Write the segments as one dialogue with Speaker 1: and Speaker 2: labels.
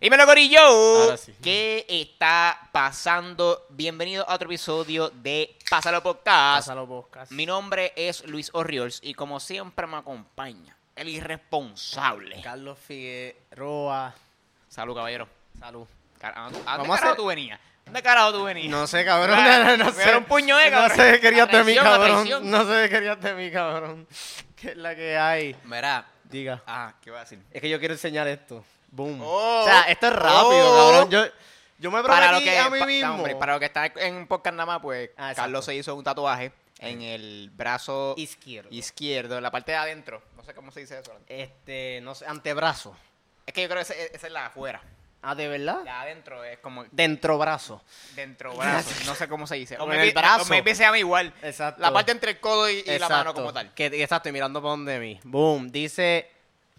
Speaker 1: Dímelo, Corillo.
Speaker 2: Ahora sí.
Speaker 1: ¿Qué está pasando? Bienvenido a otro episodio de Pásalo Podcast.
Speaker 2: Pásalo podcast.
Speaker 1: Mi nombre es Luis Orriols y como siempre me acompaña el irresponsable.
Speaker 2: Carlos Figueroa.
Speaker 1: Salud, caballero.
Speaker 2: Salud.
Speaker 1: Car- ¿A a- ¿a dónde
Speaker 2: Vamos a
Speaker 1: carajo
Speaker 2: hacer-
Speaker 1: tú venías? ¿Dónde carajo tú venías?
Speaker 2: No sé, cabrón.
Speaker 1: Ah,
Speaker 2: No, no
Speaker 1: me
Speaker 2: sé.
Speaker 1: dieron un puño, eh,
Speaker 2: No
Speaker 1: cabrón.
Speaker 2: sé qué querías de mí,
Speaker 1: Atraición,
Speaker 2: cabrón.
Speaker 1: atraición.
Speaker 2: No sé qué querías de mí, cabrón. ¿Qué es la que hay?
Speaker 1: Mira.
Speaker 2: Diga.
Speaker 1: Ah, ¿qué voy a decir?
Speaker 2: Es que yo quiero enseñar esto. Boom.
Speaker 1: Oh.
Speaker 2: o sea, esto es rápido,
Speaker 1: Oh.
Speaker 2: cabrón. Yo, yo me prometí
Speaker 1: Para lo que,
Speaker 2: a mí
Speaker 1: pa-
Speaker 2: mismo.
Speaker 1: no, hombre, para lo que está en un podcast nada más, pues
Speaker 2: Ah, exacto.
Speaker 1: Carlos se hizo un tatuaje en el brazo
Speaker 2: Izquierdo.
Speaker 1: izquierdo, en la parte de adentro. No sé cómo se dice eso.
Speaker 2: Este, no sé, antebrazo.
Speaker 1: Es que yo creo que ese- esa es la de afuera.
Speaker 2: Ah, ¿de verdad?
Speaker 1: La de adentro es como
Speaker 2: Dentro brazo.
Speaker 1: dentro brazo. No sé cómo se dice.
Speaker 2: Como
Speaker 1: me
Speaker 2: en el brazo.
Speaker 1: Me se llama igual.
Speaker 2: Exacto.
Speaker 1: La parte entre el codo y, y la mano como tal.
Speaker 2: Que, que exacto, y mirando para donde mí. Boom. Dice,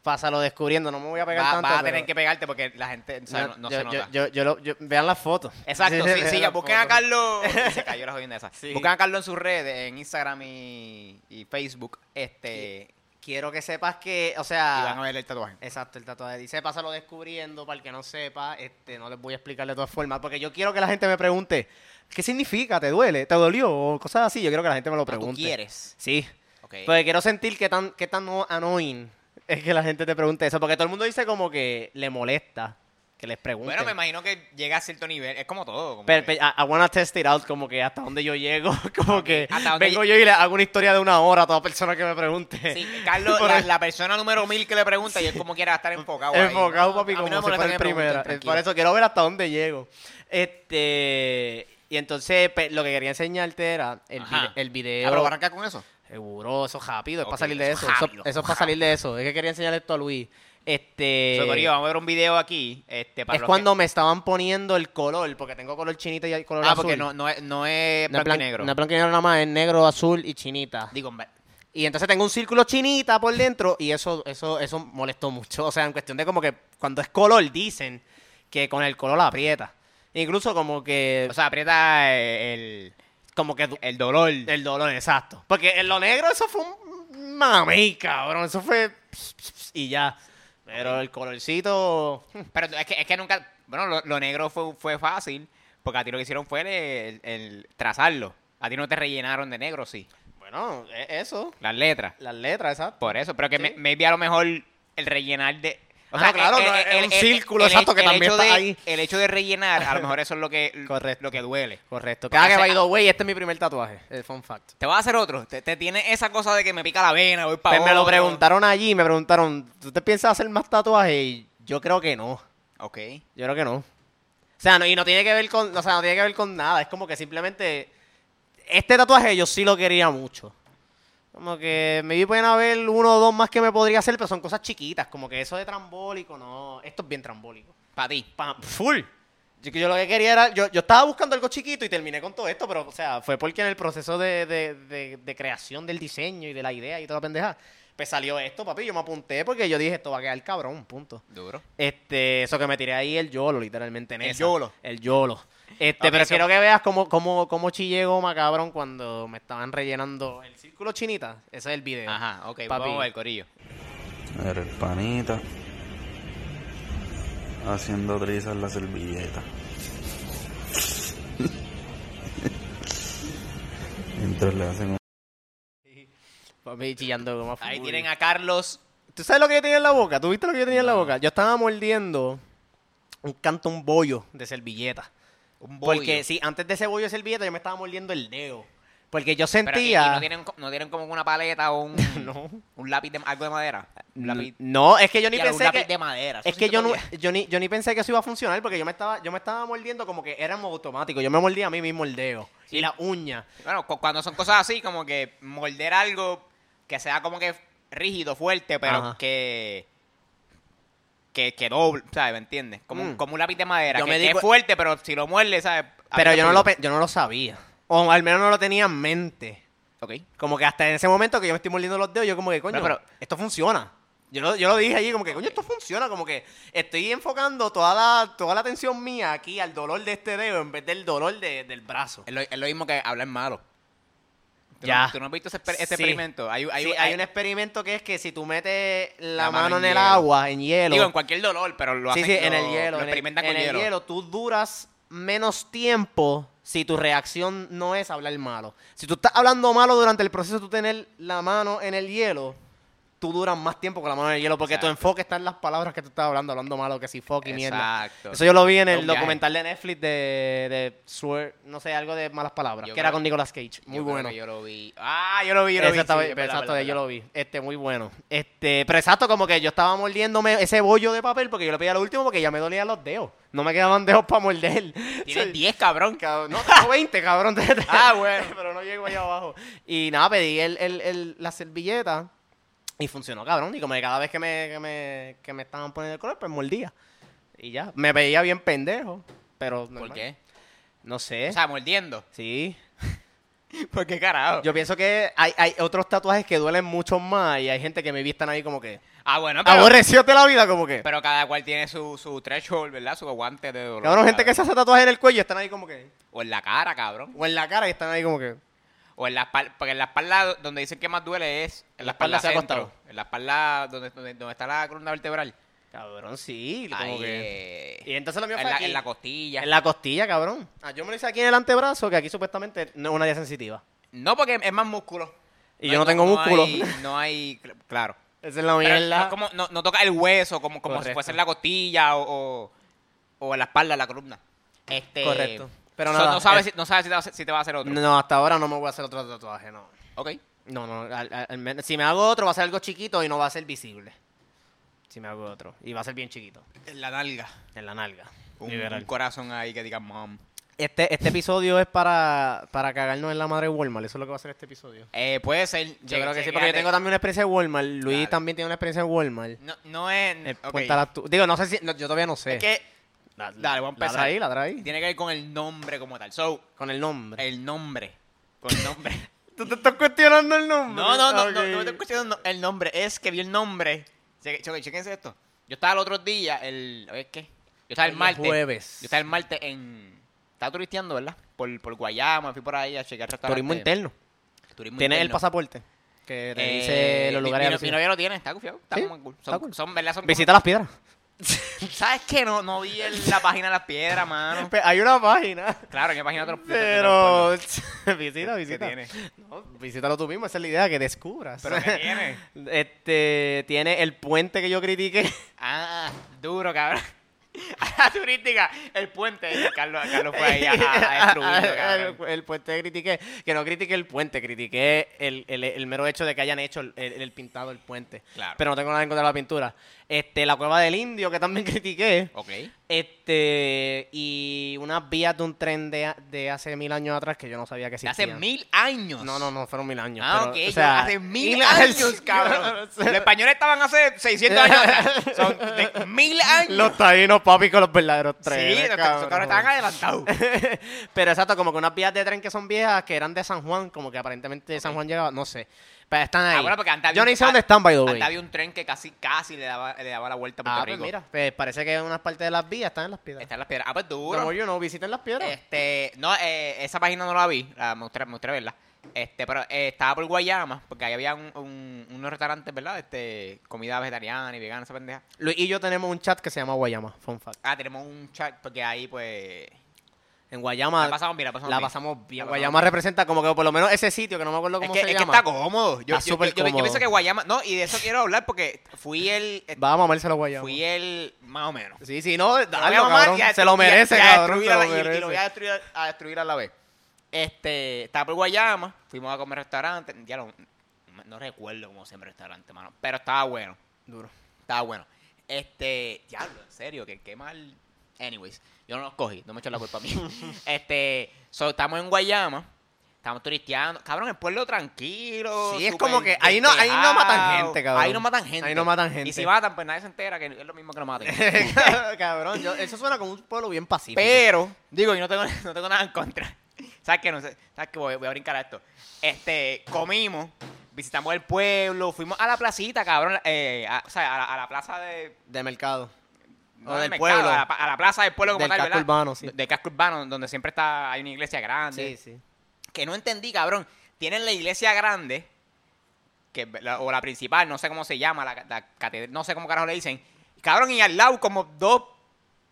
Speaker 2: pásalo descubriendo. No me voy a pegar
Speaker 1: Va,
Speaker 2: tanto.
Speaker 1: vas a tener
Speaker 2: pero-
Speaker 1: que pegarte porque la gente o sea, no,
Speaker 2: No,
Speaker 1: no
Speaker 2: yo,
Speaker 1: se
Speaker 2: yo-
Speaker 1: nota.
Speaker 2: yo- yo lo- yo- vean las fotos.
Speaker 1: Exacto, sí, sí,
Speaker 2: vean
Speaker 1: ya,
Speaker 2: las
Speaker 1: busquen a
Speaker 2: fotos.
Speaker 1: Carlos. Se cayó la jodienda esa.
Speaker 2: Sí.
Speaker 1: Busquen a Carlos en sus redes, en Instagram y, y Facebook. Este.
Speaker 2: Quiero que sepas
Speaker 1: Y
Speaker 2: que, o
Speaker 1: van a
Speaker 2: sea,
Speaker 1: ver el tatuaje.
Speaker 2: exacto, el tatuaje dice, pásalo descubriendo, para el que no sepa, este, no les voy a explicar de todas formas, porque yo quiero que la gente me pregunte, ¿qué significa? ¿Te duele? ¿Te dolió? O cosas así, yo quiero que la gente me lo
Speaker 1: Pero
Speaker 2: pregunte.
Speaker 1: Ah, tú quieres.
Speaker 2: Pues, Sí,
Speaker 1: Ok.
Speaker 2: porque quiero sentir qué tan, qué tan no- annoying es que la gente te pregunte eso, porque todo el mundo dice como que le molesta que les pregunten.
Speaker 1: bueno, me imagino que llega a cierto nivel. Es como todo. como
Speaker 2: Pero,
Speaker 1: que-
Speaker 2: pero, I, I wanna test it out, como que hasta dónde yo llego, como que
Speaker 1: hasta dónde
Speaker 2: vengo yo y le hago una historia de una hora a toda persona que me pregunte.
Speaker 1: Sí, Carlos,
Speaker 2: Por
Speaker 1: la,
Speaker 2: eso-
Speaker 1: la persona número mil que le pregunta y él como quiera va a estar enfocado. ahí.
Speaker 2: enfocado,
Speaker 1: No,
Speaker 2: papi,
Speaker 1: a mí
Speaker 2: como
Speaker 1: no me molesta
Speaker 2: si
Speaker 1: que
Speaker 2: fuera el
Speaker 1: me pregunten,
Speaker 2: primero.
Speaker 1: tranquilo.
Speaker 2: Por eso quiero ver hasta dónde llego. Este, y entonces pues, lo que quería enseñarte era el,
Speaker 1: Ajá.
Speaker 2: vide- el
Speaker 1: Ah, pero
Speaker 2: video.
Speaker 1: va a arrancar con eso.
Speaker 2: Seguro, eso es rápido, es
Speaker 1: Ok,
Speaker 2: para salir
Speaker 1: eso
Speaker 2: de eso.
Speaker 1: es
Speaker 2: eso,
Speaker 1: rápido,
Speaker 2: eso es para salir de eso. Es que quería enseñar esto a Luis. Este.
Speaker 1: So, Corillo, vamos a ver un video aquí. Este, para
Speaker 2: es
Speaker 1: los
Speaker 2: cuando
Speaker 1: que-
Speaker 2: me estaban poniendo el color, porque tengo color chinita y hay color
Speaker 1: Ah,
Speaker 2: azul.
Speaker 1: porque no, no es, no es
Speaker 2: No es
Speaker 1: blanco
Speaker 2: blan-
Speaker 1: y negro.
Speaker 2: No es blanco y negro nada más, es negro, azul y chinita.
Speaker 1: Digo, en ver-
Speaker 2: Y entonces tengo un círculo chinita por dentro y eso, eso, eso molestó mucho. O sea, en cuestión de como que cuando es color dicen que con el color aprieta. Incluso como que,
Speaker 1: o sea, aprieta eh, el,
Speaker 2: como que du-
Speaker 1: el dolor.
Speaker 2: el dolor, exacto. Porque en lo negro eso fue un mamey, cabrón. Eso fue ps, ps, ps, y ya. Pero el colorcito...
Speaker 1: Pero es que, es que nunca. Bueno, lo, lo negro fue, fue fácil. Porque a ti lo que hicieron fue el, el- el trazarlo. A ti no te rellenaron de negro, sí.
Speaker 2: Bueno, e- eso.
Speaker 1: Las letras.
Speaker 2: Las letras, exacto.
Speaker 1: Por eso, pero que
Speaker 2: Sí.
Speaker 1: me, maybe a lo mejor el rellenar de.
Speaker 2: Ah, claro, no, es un círculo, exacto, que también
Speaker 1: hecho
Speaker 2: está
Speaker 1: de-
Speaker 2: ahí.
Speaker 1: El hecho de rellenar, a lo mejor eso es lo que,
Speaker 2: Correcto.
Speaker 1: Lo que duele.
Speaker 2: Correcto.
Speaker 1: Porque
Speaker 2: Cada que
Speaker 1: hace-
Speaker 2: by the way, este es mi primer tatuaje. El fun fact.
Speaker 1: Te vas a hacer otro. Te, te tiene esa cosa de que me pica la vena, voy para
Speaker 2: Pues me lo preguntaron allí, me preguntaron, ¿tú te piensas hacer más tatuajes? Y yo creo que no.
Speaker 1: Ok.
Speaker 2: Yo creo que no. O sea, no, y no tiene que ver con, o sea, no tiene que ver con nada. Es como que simplemente este tatuaje yo sí lo quería mucho. Como que me vi pueden haber uno o dos más que me podría hacer, pero son cosas chiquitas. Como que eso de trambólico, no. Esto es bien trambólico.
Speaker 1: Para ti.
Speaker 2: Pa- full. Yo, yo lo que quería era, yo, yo estaba buscando algo chiquito y terminé con todo esto, pero, o sea, fue porque en el proceso de, de- de- de creación del diseño y de la idea y toda la pendeja, pues salió esto, papi, yo me apunté porque yo dije, esto va a quedar cabrón, punto.
Speaker 1: Duro.
Speaker 2: Este, eso que me tiré ahí el yolo, literalmente en
Speaker 1: El
Speaker 2: esa.
Speaker 1: yolo.
Speaker 2: El yolo. Este,
Speaker 1: Ok,
Speaker 2: pero
Speaker 1: eso-
Speaker 2: quiero que veas cómo, cómo, cómo chillé goma, cabrón, cuando me estaban rellenando el círculo chinita. Ese es el video.
Speaker 1: Ajá, ok.
Speaker 2: Papi.
Speaker 1: Vamos a ver, Corillo.
Speaker 3: Era el panita haciendo trizas la servilleta. Mientras le hacen un-
Speaker 2: Papi, chillando goma.
Speaker 1: Ahí
Speaker 2: full.
Speaker 1: tienen a Carlos.
Speaker 2: ¿Tú sabes lo que yo tenía en la boca? ¿Tú viste lo que yo tenía en la
Speaker 1: No.
Speaker 2: boca? Yo estaba mordiendo un canto, un bollo de servilleta.
Speaker 1: Un bollo.
Speaker 2: Porque sí, antes de ese bollo de servilleta yo me estaba mordiendo el dedo. Porque yo
Speaker 1: Pero, ¿y- y
Speaker 2: sentía...
Speaker 1: no, tienen, co- no tienen como una paleta o un,
Speaker 2: No.
Speaker 1: un lápiz de algo de madera. Un lápiz.
Speaker 2: No, es que yo ni
Speaker 1: Ya, un
Speaker 2: pensé
Speaker 1: lápiz
Speaker 2: que...
Speaker 1: de madera. Eso
Speaker 2: Es
Speaker 1: sí
Speaker 2: que
Speaker 1: te
Speaker 2: yo, no,
Speaker 1: podía-
Speaker 2: yo, ni, yo ni pensé que eso iba a funcionar porque yo me estaba, yo me estaba mordiendo como que era automático. Yo me mordía a mí mismo el dedo
Speaker 1: Sí.
Speaker 2: y la uña.
Speaker 1: Bueno, cu- cuando son cosas así, como que morder algo que sea como que rígido, fuerte, pero
Speaker 2: Ajá.
Speaker 1: que. que, que doble, ¿sabes? ¿Me entiendes? Como, un-
Speaker 2: Mm.
Speaker 1: como un lápiz de madera,
Speaker 2: Yo
Speaker 1: que,
Speaker 2: me di
Speaker 1: que es
Speaker 2: cu-
Speaker 1: fuerte, pero si lo muerde, ¿sabes?
Speaker 2: Pero
Speaker 1: Aprieta
Speaker 2: yo no, lo,
Speaker 1: pulso.
Speaker 2: pe- yo no lo sabía. O al menos no lo tenía en mente.
Speaker 1: Ok.
Speaker 2: Como que hasta en ese momento que yo me estoy mordiendo los dedos, yo como que, coño,
Speaker 1: Pero-
Speaker 2: pero, esto funciona. Yo lo, yo lo dije allí, como que, coño, esto funciona. Como que estoy enfocando toda la, toda la atención mía aquí al dolor de este dedo en vez del dolor de- del brazo.
Speaker 1: Es lo, es lo mismo que hablar malo. ¿Tú,
Speaker 2: Ya.
Speaker 1: No, tú no has visto ese, exper- ese
Speaker 2: Sí.
Speaker 1: experimento? Hay, hay-
Speaker 2: Sí,
Speaker 1: hay-
Speaker 2: hay un experimento que es que si tú metes la,
Speaker 1: La mano
Speaker 2: mano,
Speaker 1: en
Speaker 2: en el
Speaker 1: hielo.
Speaker 2: agua, en hielo.
Speaker 1: Digo, en cualquier dolor, pero lo
Speaker 2: sí,
Speaker 1: hacen
Speaker 2: sí, en
Speaker 1: lo-
Speaker 2: el hielo.
Speaker 1: Lo
Speaker 2: en el-
Speaker 1: experimentan
Speaker 2: en
Speaker 1: con
Speaker 2: el
Speaker 1: hielo.
Speaker 2: Tú duras menos tiempo si tu reacción no es hablar malo. Si tú estás hablando malo durante el proceso de tú tener la mano en el hielo, tú duras más tiempo con la mano en el hielo porque
Speaker 1: Exacto.
Speaker 2: tu enfoque está en las palabras que tú estás hablando, hablando malo, que si fuck y mierda.
Speaker 1: Exacto.
Speaker 2: Eso yo lo vi en
Speaker 1: Es
Speaker 2: el
Speaker 1: un viaje.
Speaker 2: documental de Netflix de, de Swear, no sé, algo de malas palabras,
Speaker 1: Yo
Speaker 2: que era
Speaker 1: creo-
Speaker 2: con Nicolas Cage.
Speaker 1: Yo
Speaker 2: Muy
Speaker 1: creo
Speaker 2: bueno.
Speaker 1: que Yo lo vi. Ah, yo lo vi, yo lo vi.
Speaker 2: Exacto,
Speaker 1: sí, es verdad,
Speaker 2: exacto,
Speaker 1: verdad,
Speaker 2: yo
Speaker 1: verdad.
Speaker 2: lo vi. Este, muy bueno. Este, pero exacto, como que yo estaba mordiéndome ese bollo de papel porque yo lo pedía lo último porque ya me dolían los dedos. No me quedaban dedos para morder.
Speaker 1: Tienes
Speaker 2: Soy-
Speaker 1: 10, cabrón.
Speaker 2: cabrón. No, tengo 20, cabrón.
Speaker 1: Ah, bueno.
Speaker 2: pero no llego allá abajo. Y nada, pedí el, el, el- la servilleta y funcionó, cabrón. Y como que cada vez que me, que me, que me estaban poniendo el color, pues mordía. Y ya. Me veía bien pendejo, pero...
Speaker 1: ¿Por
Speaker 2: normal.
Speaker 1: qué?
Speaker 2: No sé.
Speaker 1: O sea, mordiendo.
Speaker 2: sí.
Speaker 1: ¿Por qué carajo?
Speaker 2: Yo pienso que hay, hay otros tatuajes que duelen mucho más y hay gente que me vistan ahí como que...
Speaker 1: Ah, bueno, pero,
Speaker 2: Aborrecióte la vida como que...
Speaker 1: pero cada cual tiene su, su threshold, ¿verdad? Su aguante de dolor.
Speaker 2: Cabrón, gente que
Speaker 1: cabrón.
Speaker 2: se hace tatuajes en el cuello y están ahí como que...
Speaker 1: O en la cara, cabrón.
Speaker 2: O en la cara y están ahí como que...
Speaker 1: O en la espalda. Porque en la espalda donde dicen que más duele es en la
Speaker 2: La espalda
Speaker 1: espalda,
Speaker 2: se ha
Speaker 1: centro.
Speaker 2: acostado.
Speaker 1: En la espalda donde, donde, donde está la columna vertebral.
Speaker 2: Cabrón, sí. Como
Speaker 1: Ahí.
Speaker 2: que...
Speaker 1: eh,
Speaker 2: Y entonces lo mío
Speaker 1: en,
Speaker 2: fue
Speaker 1: la,
Speaker 2: aquí.
Speaker 1: en la costilla.
Speaker 2: En la costilla, cabrón. Ah, yo me lo hice aquí en el antebrazo, que aquí supuestamente no es una área sensitiva.
Speaker 1: No, porque es más músculo.
Speaker 2: Y yo no tengo músculo.
Speaker 1: hay- no hay. cl- Claro.
Speaker 2: Esa es la
Speaker 1: Pero
Speaker 2: mierda.
Speaker 1: no, como, no, no toca el hueso, como, como si
Speaker 2: Correcto.
Speaker 1: fuese en la costilla o, o, o en la espalda, en la columna. Este,
Speaker 2: Correcto. Pero
Speaker 1: so,
Speaker 2: nada,
Speaker 1: no sabes,
Speaker 2: es-
Speaker 1: si, no sabes si, te va, a hacer- si te va a hacer otro.
Speaker 2: No, hasta ahora no me voy a hacer otro tatuaje, no.
Speaker 1: Ok.
Speaker 2: No, no. al- al- al menos- si me hago otro, va a ser algo chiquito y no va a ser visible. Si me hago otro. Y va a ser bien chiquito.
Speaker 1: En la nalga.
Speaker 2: En la nalga.
Speaker 1: Un,
Speaker 2: Liberal.
Speaker 1: un corazón ahí que diga mom.
Speaker 2: Este, este episodio es para, para cagarnos en la madre de Walmart. Eso es lo que va a ser este episodio.
Speaker 1: Eh, puede ser.
Speaker 2: Yo creo que sí, porque yo tengo también una experiencia en Walmart. Luis
Speaker 1: Dale.
Speaker 2: también tiene una experiencia en Walmart.
Speaker 1: No, no es.
Speaker 2: Eh,
Speaker 1: Mm, ok.
Speaker 2: cuéntala tú. Digo, no sé si. no, yo todavía no sé.
Speaker 1: Es que
Speaker 2: La-
Speaker 1: Dale, voy a empezar.
Speaker 2: La traí, la traí.
Speaker 1: tiene que ver con el nombre como tal. So,
Speaker 2: Con el nombre.
Speaker 1: el nombre. Con el nombre.
Speaker 2: ¿Tú te estás cuestionando el nombre?
Speaker 1: No, no, no, no, no me estoy cuestionando el nombre. Es que vi el nombre. Che- che- Chequense esto. Yo estaba el otro día, el. ¿Es qué? Yo estaba el
Speaker 2: Hoy es
Speaker 1: martes.
Speaker 2: jueves.
Speaker 1: Yo estaba el martes en. Estaba turisteando, ¿verdad? Por, por Guayama, fui por ahí a checar restaurantes.
Speaker 2: Turismo interno.
Speaker 1: Turismo
Speaker 2: ¿Tienes el
Speaker 1: interno.
Speaker 2: pasaporte? Que te
Speaker 1: Eh,
Speaker 2: dice los
Speaker 1: mi- Mi,
Speaker 2: lugares.
Speaker 1: no- mi
Speaker 2: a visitar.
Speaker 1: novia lo tiene, está confiado. Está
Speaker 2: Sí,
Speaker 1: como cool.
Speaker 2: está
Speaker 1: Son,
Speaker 2: cool.
Speaker 1: son, ¿verdad? Son como-
Speaker 2: Visita las piedras.
Speaker 1: ¿Sabes qué? No, no vi el- la página de las piedras, mano.
Speaker 2: Pe- Hay una página.
Speaker 1: Claro, en la página de otro. de otro- de otro
Speaker 2: Pero.
Speaker 1: pueblo.
Speaker 2: visita,
Speaker 1: ¿Qué
Speaker 2: visita.
Speaker 1: tiene?
Speaker 2: No, visítalo tú mismo, esa es la idea, que descubras.
Speaker 1: ¿Pero qué tiene?
Speaker 2: Este. Tiene el puente que yo critiqué.
Speaker 1: Ah, duro, cabrón. A la turística, el puente. Carlos, Carlos fue ahí a, a- a destruirlo,
Speaker 2: el,
Speaker 1: cabrón.
Speaker 2: el puente que critiqué. Que no critiqué el puente, critiqué el, el- el mero hecho de que hayan hecho el, el- el pintado del puente.
Speaker 1: Claro.
Speaker 2: Pero no tengo nada en contra de la pintura. Este, la cueva del indio, que también critiqué.
Speaker 1: Ok.
Speaker 2: Este, y unas vías de un tren de, a- de hace mil años atrás que yo no sabía que
Speaker 1: De
Speaker 2: existían.
Speaker 1: hace mil años.
Speaker 2: No, no, no, fueron mil años.
Speaker 1: Ah,
Speaker 2: pero,
Speaker 1: ok.
Speaker 2: o
Speaker 1: yo-
Speaker 2: sea,
Speaker 1: hace mil
Speaker 2: mil
Speaker 1: años, cabrón. Los españoles estaban hace 600 años atrás. Son de mil años.
Speaker 2: Los taínos, papi, con los verdaderos trenes.
Speaker 1: sí, los cabrones estaban adelantados.
Speaker 2: Pero exacto, como que unas vías de tren que son viejas, que eran de San Juan, como que aparentemente de San Juan llegaba, no sé. Pero están ahí.
Speaker 1: Ah, bueno, porque antes había
Speaker 2: Yo ni
Speaker 1: un-
Speaker 2: sé dónde están, by the way.
Speaker 1: Antes había un tren que casi, casi le daba, le daba la vuelta a Puerto
Speaker 2: ah, pues
Speaker 1: Rico.
Speaker 2: mira, pues parece que unas partes de las vías están en las piedras.
Speaker 1: Está en las piedras. Ah, pues duro.
Speaker 2: Como yo no, visiten las piedras.
Speaker 1: Este, no, eh, esa página no la vi, la, me, gustaría, me gustaría verla. Este, pero eh, estaba por Guayama, porque ahí había un- un- unos restaurantes, ¿verdad? Este, comida vegetariana y vegana, esa pendeja.
Speaker 2: Luis y yo tenemos un chat que se llama Guayama, fun fact.
Speaker 1: Ah, tenemos un chat, porque ahí, pues,
Speaker 2: En Guayama
Speaker 1: La pasamos bien, la pasamos bien. La pasamos
Speaker 2: Guayama representa como que por lo menos ese sitio que no me acuerdo
Speaker 1: es
Speaker 2: cómo
Speaker 1: que,
Speaker 2: se
Speaker 1: es que
Speaker 2: llama.
Speaker 1: está cómodo. Yo,
Speaker 2: Está
Speaker 1: yo-
Speaker 2: súper
Speaker 1: yo- yo- yo
Speaker 2: cómodo.
Speaker 1: pienso que Guayama, no, y de eso quiero hablar porque fui el, eh,
Speaker 2: Va a mamárselo a Guayama.
Speaker 1: fui el, más o menos.
Speaker 2: Sí, sí, no, dale,
Speaker 1: Lo voy a mamar
Speaker 2: cabrón.
Speaker 1: y a-
Speaker 2: se lo
Speaker 1: y a-
Speaker 2: merece,
Speaker 1: y a
Speaker 2: cabrón,
Speaker 1: destruir
Speaker 2: se
Speaker 1: a la-
Speaker 2: lo
Speaker 1: y-
Speaker 2: merece.
Speaker 1: Y lo voy a destruir, a- a destruir a la vez. Este, estaba por Guayama, fuimos a comer restaurante. Ya lo- no recuerdo cómo se llama el restaurante, mano. Pero estaba bueno,
Speaker 2: Duro.
Speaker 1: estaba bueno. Este, diablo, en serio, que qué mal. Anyways, yo no los cogí, no me echó la culpa a mí. este, so, estamos en Guayama, estamos turisteando. Cabrón, el pueblo tranquilo.
Speaker 2: Sí, es
Speaker 1: súper
Speaker 2: como que ahí no- ahí no matan
Speaker 1: despejado.
Speaker 2: gente, cabrón.
Speaker 1: Ahí no matan gente.
Speaker 2: Ahí no matan
Speaker 1: Y
Speaker 2: gente.
Speaker 1: si matan, pues nadie se entera que es lo mismo que no maten.
Speaker 2: cabrón, yo- eso suena como un pueblo bien pacífico.
Speaker 1: Pero, digo, yo no tengo, no tengo nada en contra. ¿Sabes qué? No sé, ¿Sabes qué? Voy, voy a brincar a esto. Este, comimos, visitamos el pueblo, fuimos a la placita, cabrón. eh, a- o sea, a la, a la plaza de.
Speaker 2: de mercado.
Speaker 1: no
Speaker 2: O
Speaker 1: del
Speaker 2: del
Speaker 1: mercado,
Speaker 2: pueblo.
Speaker 1: A la, pa- a la plaza del pueblo como
Speaker 2: Del
Speaker 1: tal,
Speaker 2: casco
Speaker 1: ¿verdad?
Speaker 2: urbano, sí.
Speaker 1: De- Del casco urbano, donde siempre está, hay una iglesia grande.
Speaker 2: sí.
Speaker 1: Que no entendí, cabrón. Tienen la iglesia grande, que, la- o la principal, no sé cómo se llama, la, la catedral, no sé cómo carajo le dicen. Cabrón, y al lado, como dos,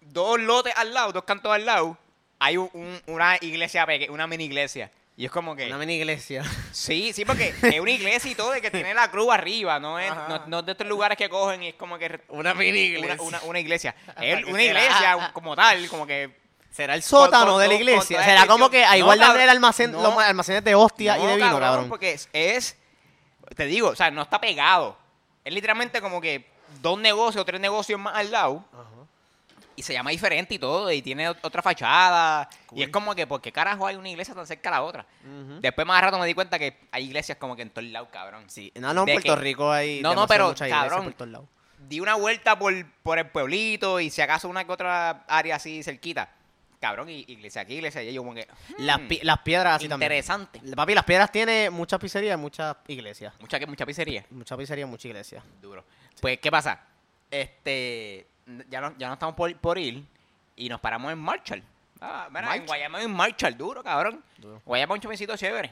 Speaker 1: dos lotes al lado, dos cantos al lado, hay un- un- una iglesia, peque- una mini iglesia. Y es como que...
Speaker 2: Una mini iglesia.
Speaker 1: Sí, sí, porque es una iglesia y todo, de que tiene la cruz arriba, no es,
Speaker 2: Ajá.
Speaker 1: no, no es de estos lugares que cogen y es como que re-
Speaker 2: Una mini
Speaker 1: una, una, una iglesia.
Speaker 2: Para
Speaker 1: Es
Speaker 2: que
Speaker 1: una
Speaker 2: sea.
Speaker 1: iglesia como tal, como que.
Speaker 2: Será el
Speaker 1: Con-
Speaker 2: sótano
Speaker 1: con
Speaker 2: de la
Speaker 1: todo- con
Speaker 2: iglesia.
Speaker 1: toda
Speaker 2: Será como
Speaker 1: descripción.
Speaker 2: que a
Speaker 1: No,
Speaker 2: igual
Speaker 1: cabrón,
Speaker 2: el almacén,
Speaker 1: no.
Speaker 2: los almacenes de hostia y
Speaker 1: No,
Speaker 2: de vino, cabrón.
Speaker 1: Porque es, es- Te digo, o sea, no está pegado. Es literalmente como que dos negocios o tres negocios más al lado. Y se llama diferente y todo, y tiene ot- otra fachada. Y es como que, ¿por qué carajo hay una iglesia tan cerca a la otra?
Speaker 2: Ujú.
Speaker 1: Después más rato me di cuenta que hay iglesias como que en todo el lado, cabrón.
Speaker 2: Sí, no, no, en
Speaker 1: De
Speaker 2: Puerto
Speaker 1: que-
Speaker 2: Rico hay.
Speaker 1: No, no,
Speaker 2: demasiado
Speaker 1: pero,
Speaker 2: muchas iglesias
Speaker 1: cabrón.
Speaker 2: por todos lados.
Speaker 1: di una vuelta por, por el pueblito y si acaso una que otra área así cerquita. Cabrón, y iglesia aquí, iglesia allá, yo como que...
Speaker 2: Las,
Speaker 1: hmm,
Speaker 2: pi- las piedras así también.
Speaker 1: interesante.
Speaker 2: Papi, las piedras tiene muchas pizzerías, y muchas iglesias.
Speaker 1: Mucha, que- mucha pizzería.
Speaker 2: Muchas pizzerías, muchas iglesias.
Speaker 1: Duro. Pues, ¿qué pasa? Este, n- ya no, ya no estamos por, por ir y nos paramos en Marshall. Ah, mira, en
Speaker 2: Marshall.
Speaker 1: Guayama hay un Marshall, duro, cabrón.
Speaker 2: Duro.
Speaker 1: Guayama es un chomicito chévere.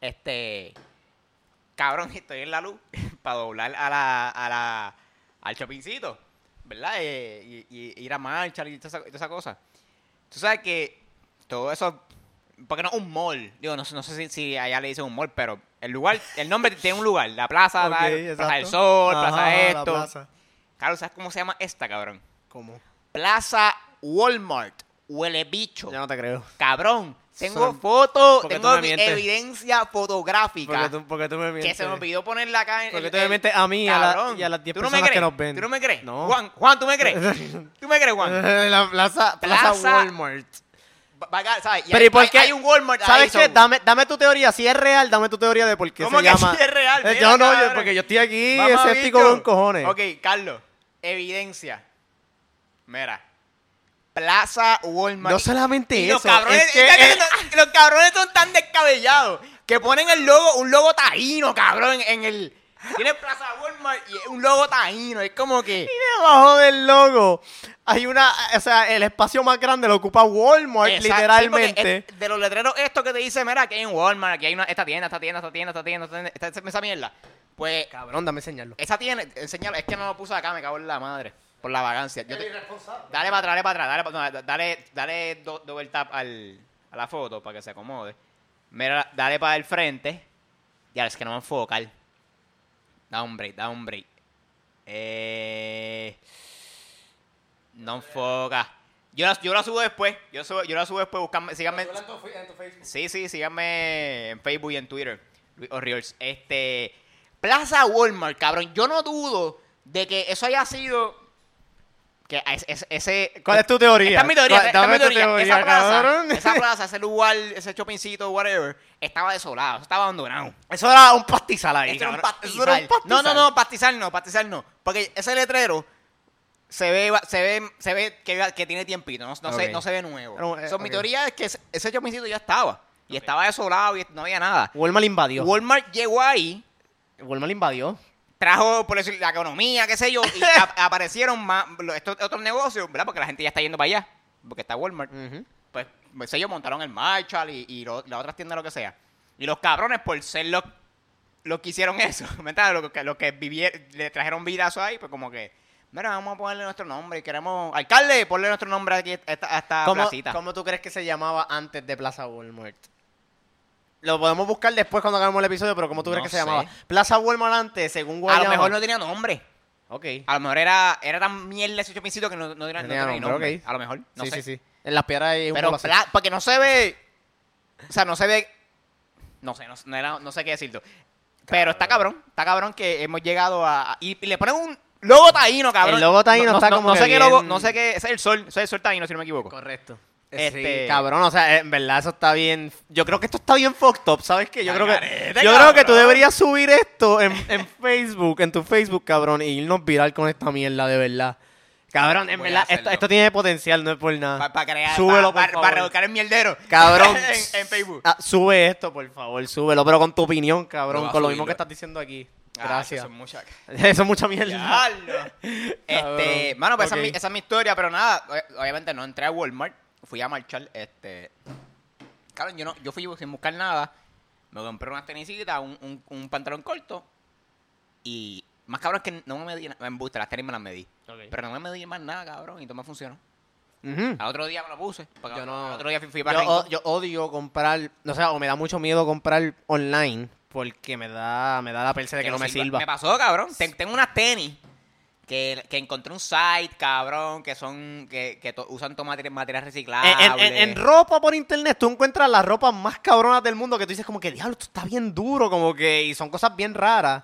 Speaker 1: Este, cabrón, estoy en la luz para doblar a la, a la, al chopincito, ¿verdad? Eh, y, y ir a Marshall y toda esa, toda esa cosa. Tú sabes que todo eso, porque no es un mall, digo, no, sé- no sé si, si allá le dicen un mall, pero el lugar, el nombre tiene un lugar, la plaza, la-
Speaker 2: Ok,
Speaker 1: plaza del
Speaker 2: exacto.
Speaker 1: sol,
Speaker 2: Ajá,
Speaker 1: plaza
Speaker 2: ajá, la
Speaker 1: esto.
Speaker 2: plaza.
Speaker 1: Claro, ¿sabes cómo se llama esta, cabrón?
Speaker 2: ¿Cómo?
Speaker 1: Plaza Walmart. Huele bicho.
Speaker 2: Ya no te creo.
Speaker 1: Cabrón, tengo
Speaker 2: Son-
Speaker 1: fotos,
Speaker 2: porque tú
Speaker 1: tengo
Speaker 2: me
Speaker 1: vi-
Speaker 2: mientes.
Speaker 1: evidencia fotográfica
Speaker 2: Porque tú, porque tú me mientes.
Speaker 1: que se me olvidó ponerla acá en
Speaker 2: Porque
Speaker 1: el-
Speaker 2: tú me
Speaker 1: el-
Speaker 2: mientes a mí y a la-
Speaker 1: Cabrón,
Speaker 2: y a las 10
Speaker 1: ¿tú no me
Speaker 2: personas que
Speaker 1: crees?
Speaker 2: nos ven.
Speaker 1: ¿Tú no me crees?
Speaker 2: No.
Speaker 1: Juan, Juan, ¿tú me crees? ¿Tú me crees, Juan?
Speaker 2: la plaza, plaza,
Speaker 1: Plaza-
Speaker 2: Walmart.
Speaker 1: Va- va acá, ¿sabes? Y
Speaker 2: Pero
Speaker 1: hay,
Speaker 2: ¿y por
Speaker 1: hay-
Speaker 2: qué?
Speaker 1: hay un Walmart ahí,
Speaker 2: ¿Sabes qué?
Speaker 1: son-
Speaker 2: Dame, dame tu teoría. Si es real, dame tu teoría de por qué
Speaker 1: ¿Cómo
Speaker 2: se
Speaker 1: que
Speaker 2: llama.
Speaker 1: si es real?
Speaker 2: Eh,
Speaker 1: Mira,
Speaker 2: yo no, yo-
Speaker 1: cabrón.
Speaker 2: porque yo estoy aquí
Speaker 1: Vamos,
Speaker 2: escéptico
Speaker 1: bicho.
Speaker 2: con cojones.
Speaker 1: Ok, Carlos, evidencia. Mira. Plaza Walmart.
Speaker 2: No solamente
Speaker 1: Y
Speaker 2: eso.
Speaker 1: Los cabrones,
Speaker 2: es que
Speaker 1: es que
Speaker 2: es-
Speaker 1: son- los cabrones son tan descabellados que ponen el logo, un logo taíno, cabrón, en el. Tiene Plaza Walmart y es un logo taíno. Es como que.
Speaker 2: debajo del logo hay una, o sea, el espacio más grande lo ocupa Walmart
Speaker 1: Exacto, sí,
Speaker 2: literalmente.
Speaker 1: porque es- de los letreros estos que te dicen, mira, aquí hay un Walmart, aquí hay una, esta tienda, esta tienda, esta tienda, esta tienda, esta tienda, esta- esa mierda. Pues,
Speaker 2: Cabrón, dame enseñarlo.
Speaker 1: esa tienda, enseñalo, es que no lo puse acá, me cago en la madre. Por la vagancia. Yo te- dale para atrás, dale para atrás, dale, pa- no, da- dale, dale do- double tap al, a la foto para que se acomode. Mira, dale para el frente. Ya, es que no me enfoca. Da un break, da un break. Eh, no enfoca. Yo la, yo la subo después. Yo, subo- yo la subo después. Buscarme, síganme. Sí, sí, síganme en Facebook y en Twitter. Luis Orriols. Este. Plaza Walmart, cabrón. Yo no dudo de que eso haya sido. Que es- es- ese.
Speaker 2: ¿Cuál es tu teoría?
Speaker 1: Esta es mi teoría.
Speaker 2: ¿Cuál-
Speaker 1: esta es
Speaker 2: dame
Speaker 1: mi
Speaker 2: tu
Speaker 1: teoría.
Speaker 2: teoría,
Speaker 1: esa, plaza,
Speaker 2: cabrón?
Speaker 1: esa plaza, ese lugar, ese shoppingcito, whatever, estaba desolado. Estaba abandonado.
Speaker 2: Eso era un pastizal ahí.
Speaker 1: Eso era un
Speaker 2: cabrón.
Speaker 1: pastizal.
Speaker 2: Eso era un
Speaker 1: No, no, no,
Speaker 2: pastizal.
Speaker 1: pastizal no, pastizal no. Porque ese letrero se ve, se ve, se ve que, que tiene tiempito, no, no,
Speaker 2: Ok.
Speaker 1: se, no se ve nuevo.
Speaker 2: Pero, eh,
Speaker 1: So, Mi
Speaker 2: ok.
Speaker 1: teoría es que ese, ese chopincito ya estaba. Y estaba desolado y no había nada.
Speaker 2: Walmart invadió.
Speaker 1: Walmart llegó ahí,
Speaker 2: Walmart invadió.
Speaker 1: trajo por eso la economía, qué sé yo, y ap- aparecieron más lo- estos otros negocios, ¿verdad? Porque la gente ya está yendo para allá, porque está Walmart.
Speaker 2: Mm.
Speaker 1: Pues, pues ellos montaron el Marshall y, y lo- las otras tiendas, lo que sea. Y los cabrones, por ser los, los que hicieron eso, ¿me entiendes? Los que, los que vivieron, le trajeron vida a eso ahí, pues como que, mira, vamos a ponerle nuestro nombre, queremos, alcalde, ponle nuestro nombre aquí a esta, a esta
Speaker 2: ¿Cómo,
Speaker 1: placita.
Speaker 2: cómo tú crees que se llamaba antes de Plaza Walmart? Lo podemos buscar después cuando hagamos el episodio, pero ¿cómo tú
Speaker 1: No
Speaker 2: crees que
Speaker 1: sé.
Speaker 2: se llamaba? Plaza Walmart antes, según
Speaker 1: A
Speaker 2: Guayama.
Speaker 1: lo mejor no tenía nombre.
Speaker 2: Ok.
Speaker 1: A lo mejor era, era tan mierda ese chopincito que no, no tenía, no
Speaker 2: Tenía
Speaker 1: tenía
Speaker 2: nombre,
Speaker 1: nombre.
Speaker 2: ok.
Speaker 1: A lo mejor, no
Speaker 2: sí,
Speaker 1: sé.
Speaker 2: sí, sí. En las piedras hay un
Speaker 1: Pero
Speaker 2: palo así.
Speaker 1: pla- porque no se ve. O sea, no se ve. No sé, no, no era- no sé qué decirlo. Pero está cabrón, está cabrón que hemos llegado a. a- y, y le ponen un logo taíno, cabrón.
Speaker 2: El logo taíno
Speaker 1: no,
Speaker 2: está
Speaker 1: no-
Speaker 2: como
Speaker 1: No
Speaker 2: que
Speaker 1: sé qué logo,
Speaker 2: bien-
Speaker 1: no sé qué. Ese es el sol, ese es el sol taíno, si no me equivoco.
Speaker 2: Correcto.
Speaker 1: Este-
Speaker 2: Sí, cabrón, o sea, en verdad eso está bien. Yo creo que esto está bien fucked up, ¿sabes qué? Yo,
Speaker 1: Al
Speaker 2: creo que,
Speaker 1: garete,
Speaker 2: yo creo que tú
Speaker 1: cabrón.
Speaker 2: deberías subir esto en, en Facebook, en tu Facebook, cabrón, y irnos viral con esta mierda, de verdad. Cabrón, en
Speaker 1: Voy a
Speaker 2: verdad,
Speaker 1: hacerlo.
Speaker 2: esto, esto tiene potencial, no es por nada.
Speaker 1: Para crear.
Speaker 2: Súbelo, por
Speaker 1: Para
Speaker 2: favor.
Speaker 1: revocar el mierdero.
Speaker 2: Cabrón.
Speaker 1: en, en Facebook.
Speaker 2: Ah, sube esto, por favor, súbelo, pero con tu opinión,
Speaker 1: Lo
Speaker 2: cabrón,
Speaker 1: va a
Speaker 2: con lo
Speaker 1: subir,
Speaker 2: mismo
Speaker 1: lo-
Speaker 2: que estás diciendo aquí.
Speaker 1: Ah,
Speaker 2: Gracias.
Speaker 1: eso es mucha-
Speaker 2: eso es mucha mierda.
Speaker 1: Diablo. Este,
Speaker 2: Cabrón.
Speaker 1: mano, pues esa, es
Speaker 2: Ok.
Speaker 1: mi, esa es mi historia, pero nada, o- obviamente no entré a Walmart, fui a marchar, este, cabrón, yo no, yo fui sin buscar nada, Me compré unas tenisitas, un, un, un pantalón corto. Y más cabrón es que no me medí. na- En busta, las tenis me las medí. Pero no me medí más nada, cabrón. Y todo me funcionó.
Speaker 2: Ujú.
Speaker 1: Al otro día me lo puse. Porque
Speaker 2: Yo
Speaker 1: al-
Speaker 2: no-
Speaker 1: al otro día fui, fui para
Speaker 2: Yo, oh, o-
Speaker 1: Rincón.
Speaker 2: yo odio comprar, o sea, o me da mucho miedo comprar online porque me da, me da la perce de que, no me sirva.
Speaker 1: Me pasó, cabrón. Ten- tengo unas tenis que, que encontré un site, cabrón, que son que, que to- usan todo materi- material reciclable.
Speaker 2: En, en- en- en ropa por internet tú encuentras las ropas más cabronas del mundo que tú dices como que diablo, esto está bien duro, como que y son cosas bien raras.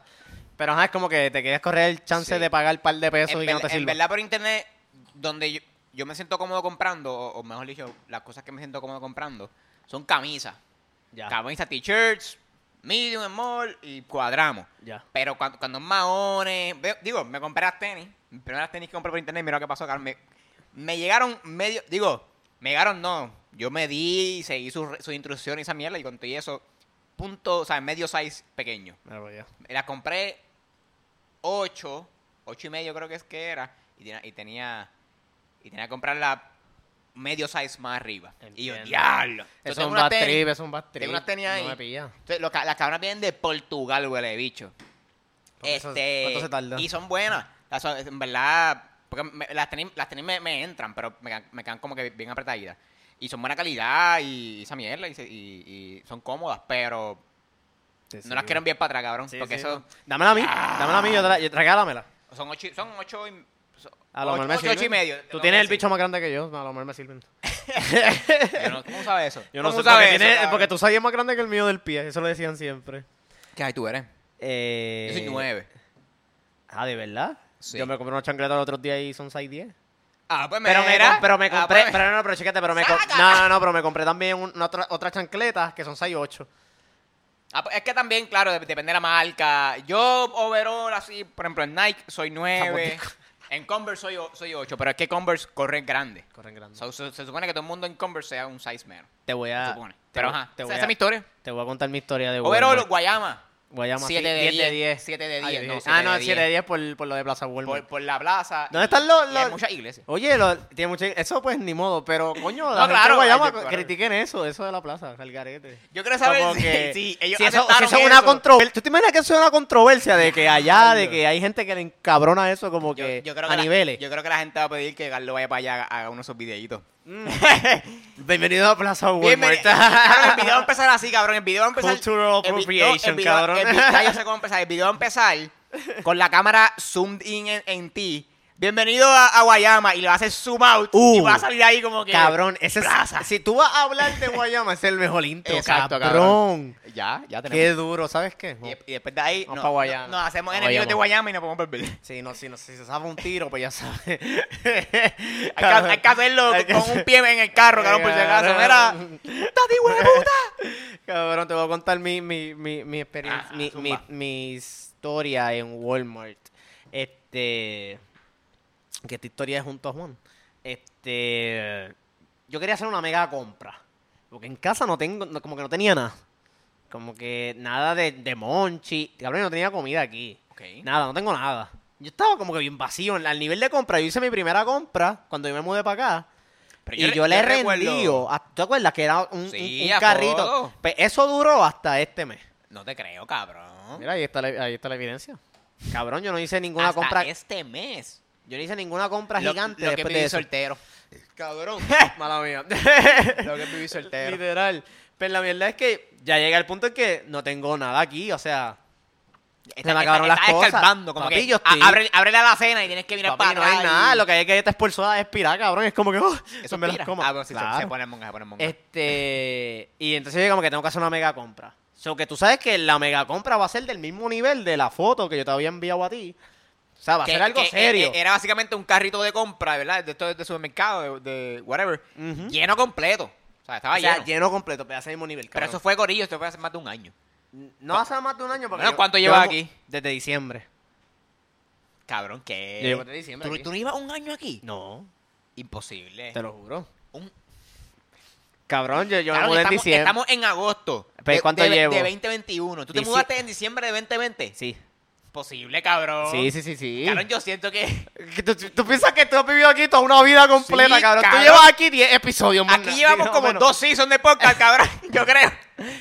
Speaker 2: Pero ajá, es como que te quieres correr el chance
Speaker 1: Sí.
Speaker 2: de pagar un par de pesos
Speaker 1: en,
Speaker 2: y que no
Speaker 1: verdad-
Speaker 2: te
Speaker 1: en
Speaker 2: sirva.
Speaker 1: verdad, por internet, donde yo, yo me siento cómodo comprando, o, o mejor dicho, las cosas que me siento cómodo comprando, son camisas.
Speaker 2: Ya,
Speaker 1: Camisas, t-shirts, medium, small y cuadramos.
Speaker 2: ya.
Speaker 1: Pero cuando, cuando es maones, veo- digo, me compré las tenis, mis primeras tenis que compré por internet, mira lo que pasó, cabrón. Me, me llegaron medio, digo, me llegaron no. Yo me di, seguí sus re- sus instrucciones y esa mierda y con todo y eso, punto, o sea, medio size pequeño.
Speaker 2: Mira, pues, ya.
Speaker 1: La compré 8, 8 y medio creo que es que era. Y tenía, y tenía, y tenía que comprarla medio size más arriba. Y yo,
Speaker 2: Entiendo.
Speaker 1: diablo. Yo
Speaker 2: Es
Speaker 1: tengo
Speaker 2: un
Speaker 1: unas
Speaker 2: bad
Speaker 1: tenis-
Speaker 2: trip, es un bad trip.
Speaker 1: tengo unas tenis ahí.
Speaker 2: No me pilla.
Speaker 1: entonces, los ca- las cabronas vienen de Portugal, huele bicho.
Speaker 2: Porque eso-
Speaker 1: Este,
Speaker 2: ¿cuánto se tarda?
Speaker 1: Y son buenas. Las son- en verdad, porque me- las tenis, las tenis me, me entran, pero me, quedan- me quedan como que bien apretaditas. Y son buena calidad y esa mierda, y, se- y- y son cómodas, pero
Speaker 2: Sí, sí,
Speaker 1: no las quiero enviar para atrás, cabrón.
Speaker 2: sí,
Speaker 1: porque
Speaker 2: sí,
Speaker 1: eso Ah.
Speaker 2: no. Dámela a mí, dámela a mí, yo te la- yo- regálamela.
Speaker 1: son ocho, y- son ocho y... son
Speaker 2: A lo
Speaker 1: ocho-
Speaker 2: mejor me
Speaker 1: ocho,
Speaker 2: sirven.
Speaker 1: ocho y medio. te
Speaker 2: Tú
Speaker 1: tengo
Speaker 2: tienes
Speaker 1: que
Speaker 2: el
Speaker 1: decir.
Speaker 2: bicho más grande que yo, a lo mejor me sirven.
Speaker 1: Yo no- ¿Cómo sabes eso?
Speaker 2: Yo no sé,
Speaker 1: ¿Cómo
Speaker 2: porque,
Speaker 1: sabes eso,
Speaker 2: tiene-
Speaker 1: cabrón?
Speaker 2: porque tu sabes es más grande que el mío del pie, eso lo decían siempre.
Speaker 1: ¿Qué hay tú eres?
Speaker 2: Eh,
Speaker 1: Yo soy nueve.
Speaker 2: Ah, ¿de verdad?
Speaker 1: Sí.
Speaker 2: Yo me compré una chancleta los otros días y son 6'10.
Speaker 1: Ah, pues
Speaker 2: Pero me,
Speaker 1: mira.
Speaker 2: com- pero me
Speaker 1: Ah,
Speaker 2: compré,
Speaker 1: pues-
Speaker 2: pero no, pero chécate, pero me com- no, no, no, pero me compré también un- una otra, otras chancletas que son 6'8.
Speaker 1: Ah, pues es que también, claro, dep- depende de la marca. Yo, overall, así, por ejemplo, en Nike soy 9. En Converse soy, o- soy 8, pero es que Converse corre grande.
Speaker 2: Corren grande.
Speaker 1: So, so- se supone que todo el mundo en Converse sea un size menos.
Speaker 2: te voy
Speaker 1: Se
Speaker 2: a
Speaker 1: supone.
Speaker 2: Ah, te
Speaker 1: Pero
Speaker 2: voy-
Speaker 1: ajá,
Speaker 2: te
Speaker 1: esa,
Speaker 2: voy
Speaker 1: esa es
Speaker 2: a-
Speaker 1: mi historia.
Speaker 2: Te voy a contar mi historia de
Speaker 1: Overall,
Speaker 2: Walmart.
Speaker 1: Guayama.
Speaker 2: Guayama,
Speaker 1: 7
Speaker 2: sí,
Speaker 1: de 10.
Speaker 2: 10 de 10.
Speaker 1: 7 de 10.
Speaker 2: Ay,
Speaker 1: no,
Speaker 2: Dios.
Speaker 1: 7
Speaker 2: ah, no,
Speaker 1: de
Speaker 2: 7 de 10 por, por lo de Plaza Walmart.
Speaker 1: Por, por la plaza.
Speaker 2: ¿Dónde
Speaker 1: y-
Speaker 2: están los-
Speaker 1: y hay
Speaker 2: los-
Speaker 1: muchas iglesias.
Speaker 2: Oye, lo- tiene mucha- eso pues ni modo, pero coño, la gente
Speaker 1: claro,
Speaker 2: de Guayama,
Speaker 1: ay, yo- claro.
Speaker 2: critiquen eso, eso de la plaza, el garete.
Speaker 1: Yo quiero saber
Speaker 2: Como
Speaker 1: si,
Speaker 2: que-
Speaker 1: si ellos
Speaker 2: si eso, si
Speaker 1: aceptaron
Speaker 2: eso es una
Speaker 1: eso.
Speaker 2: controversia. ¿Tú te imaginas que eso es una controversia de que allá, de
Speaker 1: Diablo.
Speaker 2: que hay gente que le encabrona eso como
Speaker 1: Yo-
Speaker 2: que
Speaker 1: yo creo
Speaker 2: a
Speaker 1: que la-
Speaker 2: niveles?
Speaker 1: yo creo que la gente va a pedir que Carlos vaya para allá haga uno de esos videitos.
Speaker 2: Bienvenido a Plaza
Speaker 1: Bienvenido.
Speaker 2: Walmart.
Speaker 1: Cabrón, el video va a empezar así, cabrón. El video va a empezar.
Speaker 2: Cultural
Speaker 1: el vi- no, el
Speaker 2: appropriation,
Speaker 1: video-
Speaker 2: cabrón.
Speaker 1: el vi- ya yo sé cómo empezar. El video va a empezar con la cámara zoomed in en, en ti. Bienvenido a, a Guayama y le va a hacer zoom out y
Speaker 2: Uh,
Speaker 1: va a salir ahí como que.
Speaker 2: Cabrón, ese es-
Speaker 1: Plaza.
Speaker 2: si tú vas a hablar de Guayama, ese es el mejor intro,
Speaker 1: Exacto,
Speaker 2: cabrón.
Speaker 1: Ya, ya
Speaker 2: Qué
Speaker 1: tenemos.
Speaker 2: duro, ¿sabes qué?
Speaker 1: Y, y después de ahí
Speaker 2: Vamos
Speaker 1: no-
Speaker 2: pa' Guayama.
Speaker 1: no- nos hacemos
Speaker 2: Pa'
Speaker 1: enemigos
Speaker 2: Guayama.
Speaker 1: de Guayama y nos podemos perder.
Speaker 2: Sí, no, sí, no, si se sabe un tiro, pues ya sabes. hay,
Speaker 1: Hay que, hay que hacerlo
Speaker 2: Hay que
Speaker 1: con
Speaker 2: hacer-
Speaker 1: un pie en el carro, cabrón, por si acaso. Mira, ¡Tati, hueputa!
Speaker 2: Cabrón, te voy a contar mi, mi, mi, mi experiencia,
Speaker 1: Ajá,
Speaker 2: mi, mi,
Speaker 1: zumba.
Speaker 2: mi historia en Walmart. Este. Que esta historia es junto a Juan. Este. Yo quería hacer una mega compra. Porque en casa no tengo, no- como que no tenía nada. Como que nada de, de monchi. Cabrón, yo no tenía comida aquí. Nada, no tengo nada. Yo estaba como que bien vacío en- al nivel de compra. Yo hice mi primera compra cuando yo me mudé para acá.
Speaker 1: Pero
Speaker 2: y
Speaker 1: re-
Speaker 2: yo le he
Speaker 1: recuerdo-
Speaker 2: rendido. a- ¿Tú te acuerdas que era un, un-
Speaker 1: Sí,
Speaker 2: un
Speaker 1: a
Speaker 2: carrito?
Speaker 1: todo.
Speaker 2: Pues eso duró hasta este mes.
Speaker 1: No te creo, cabrón.
Speaker 2: Mira, ahí está la, ahí está la evidencia. Cabrón, yo no hice ninguna
Speaker 1: Hasta
Speaker 2: compra.
Speaker 1: este mes.
Speaker 2: Yo no hice ninguna compra
Speaker 1: Lo-
Speaker 2: gigante
Speaker 1: lo que
Speaker 2: después
Speaker 1: viví
Speaker 2: de eso.
Speaker 1: soltero.
Speaker 2: Cabrón. Mala mía.
Speaker 1: Lo que viví soltero.
Speaker 2: Literal. Pero la verdad es que ya llega el punto en que no tengo nada aquí. O sea,
Speaker 1: Está,
Speaker 2: me acabaron las cosas.
Speaker 1: escarbando, como
Speaker 2: Papi,
Speaker 1: que
Speaker 2: yo estoy-
Speaker 1: a- abre, abre la cena y tienes que mirar para
Speaker 2: papi, no
Speaker 1: atrás
Speaker 2: hay
Speaker 1: y-
Speaker 2: nada. Lo que hay es que esta expulsada es pirar, cabrón. Es como que. oh,
Speaker 1: Eso
Speaker 2: me las
Speaker 1: pira.
Speaker 2: como.
Speaker 1: Ah, bueno, sí, se- se
Speaker 2: Claro.
Speaker 1: pone monga, se pone monga.
Speaker 2: Este, y entonces yo como que tengo que hacer una mega compra. So que tú sabes que la mega compra va a ser del mismo nivel de la foto que yo te había enviado a ti. O sea, va a
Speaker 1: Que-
Speaker 2: ser algo
Speaker 1: que, eh,
Speaker 2: serio.
Speaker 1: eh, Era básicamente un carrito de compra, ¿verdad? De esto de supermercado, de, de whatever.
Speaker 2: Ujú.
Speaker 1: Lleno completo. O sea, estaba
Speaker 2: o sea,
Speaker 1: lleno.
Speaker 2: Ah, lleno. completo, pero ese mismo nivel.
Speaker 1: Pero
Speaker 2: cabrón.
Speaker 1: eso fue gorillo, esto fue hace más de un año.
Speaker 2: no hace más de un año. porque
Speaker 1: Bueno,
Speaker 2: yo-
Speaker 1: ¿cuánto
Speaker 2: yo
Speaker 1: llevas
Speaker 2: mu-
Speaker 1: aquí?
Speaker 2: Desde diciembre.
Speaker 1: Cabrón, ¿qué?
Speaker 2: Yo llevo desde diciembre
Speaker 1: ¿Tú,
Speaker 2: aquí.
Speaker 1: tú no ibas un año aquí?
Speaker 2: No,
Speaker 1: Imposible.
Speaker 2: te lo juro.
Speaker 1: Un-
Speaker 2: Cabrón, yo, yo me
Speaker 1: Cabrón,
Speaker 2: mudé
Speaker 1: estamos,
Speaker 2: en diciembre.
Speaker 1: estamos en agosto.
Speaker 2: Pero
Speaker 1: de-
Speaker 2: ¿cuánto
Speaker 1: de,
Speaker 2: llevo?
Speaker 1: De 2021. ¿Tú te
Speaker 2: Dici-
Speaker 1: mudaste en diciembre de 2020?
Speaker 2: Sí.
Speaker 1: Posible, cabrón.
Speaker 2: Sí, sí, sí, sí.
Speaker 1: Cabrón, yo siento que
Speaker 2: Que ¿Tú, tú piensas que tú has vivido aquí toda una vida completa,
Speaker 1: Sí,
Speaker 2: cabrón. Tú
Speaker 1: cabrón.
Speaker 2: llevas aquí 10 episodios, más
Speaker 1: aquí
Speaker 2: nada.
Speaker 1: llevamos
Speaker 2: Sí, no,
Speaker 1: como
Speaker 2: bueno.
Speaker 1: dos seasons de podcast, cabrón. Yo creo.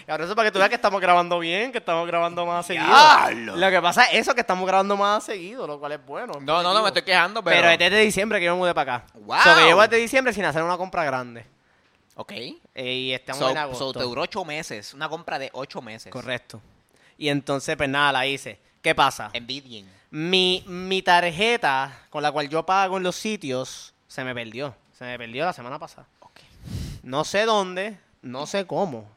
Speaker 2: Cabrón, eso es para que tú veas que estamos grabando bien, que estamos grabando más seguido.
Speaker 1: ¡Diablo!
Speaker 2: Lo que pasa es eso, que estamos grabando más seguido, lo cual es bueno. es
Speaker 1: No, no, no, me estoy
Speaker 2: positivo.
Speaker 1: quejando, pero.
Speaker 2: Pero, es desde diciembre que yo me mudé para acá.
Speaker 1: ¡Wow!
Speaker 2: So, que llevo desde diciembre sin hacer una compra grande.
Speaker 1: Ok.
Speaker 2: Eh, y estamos
Speaker 1: So,
Speaker 2: en
Speaker 1: so
Speaker 2: agosto.
Speaker 1: te duró ocho meses. Una compra de ocho meses.
Speaker 2: Correcto. Y entonces, pues nada, la hice. ¿Qué pasa?
Speaker 1: Em. Envidien.
Speaker 2: Mi, mi tarjeta con la cual yo pago en los sitios se me perdió. Se me perdió la semana pasada.
Speaker 1: Ok.
Speaker 2: No sé dónde, no sé cómo.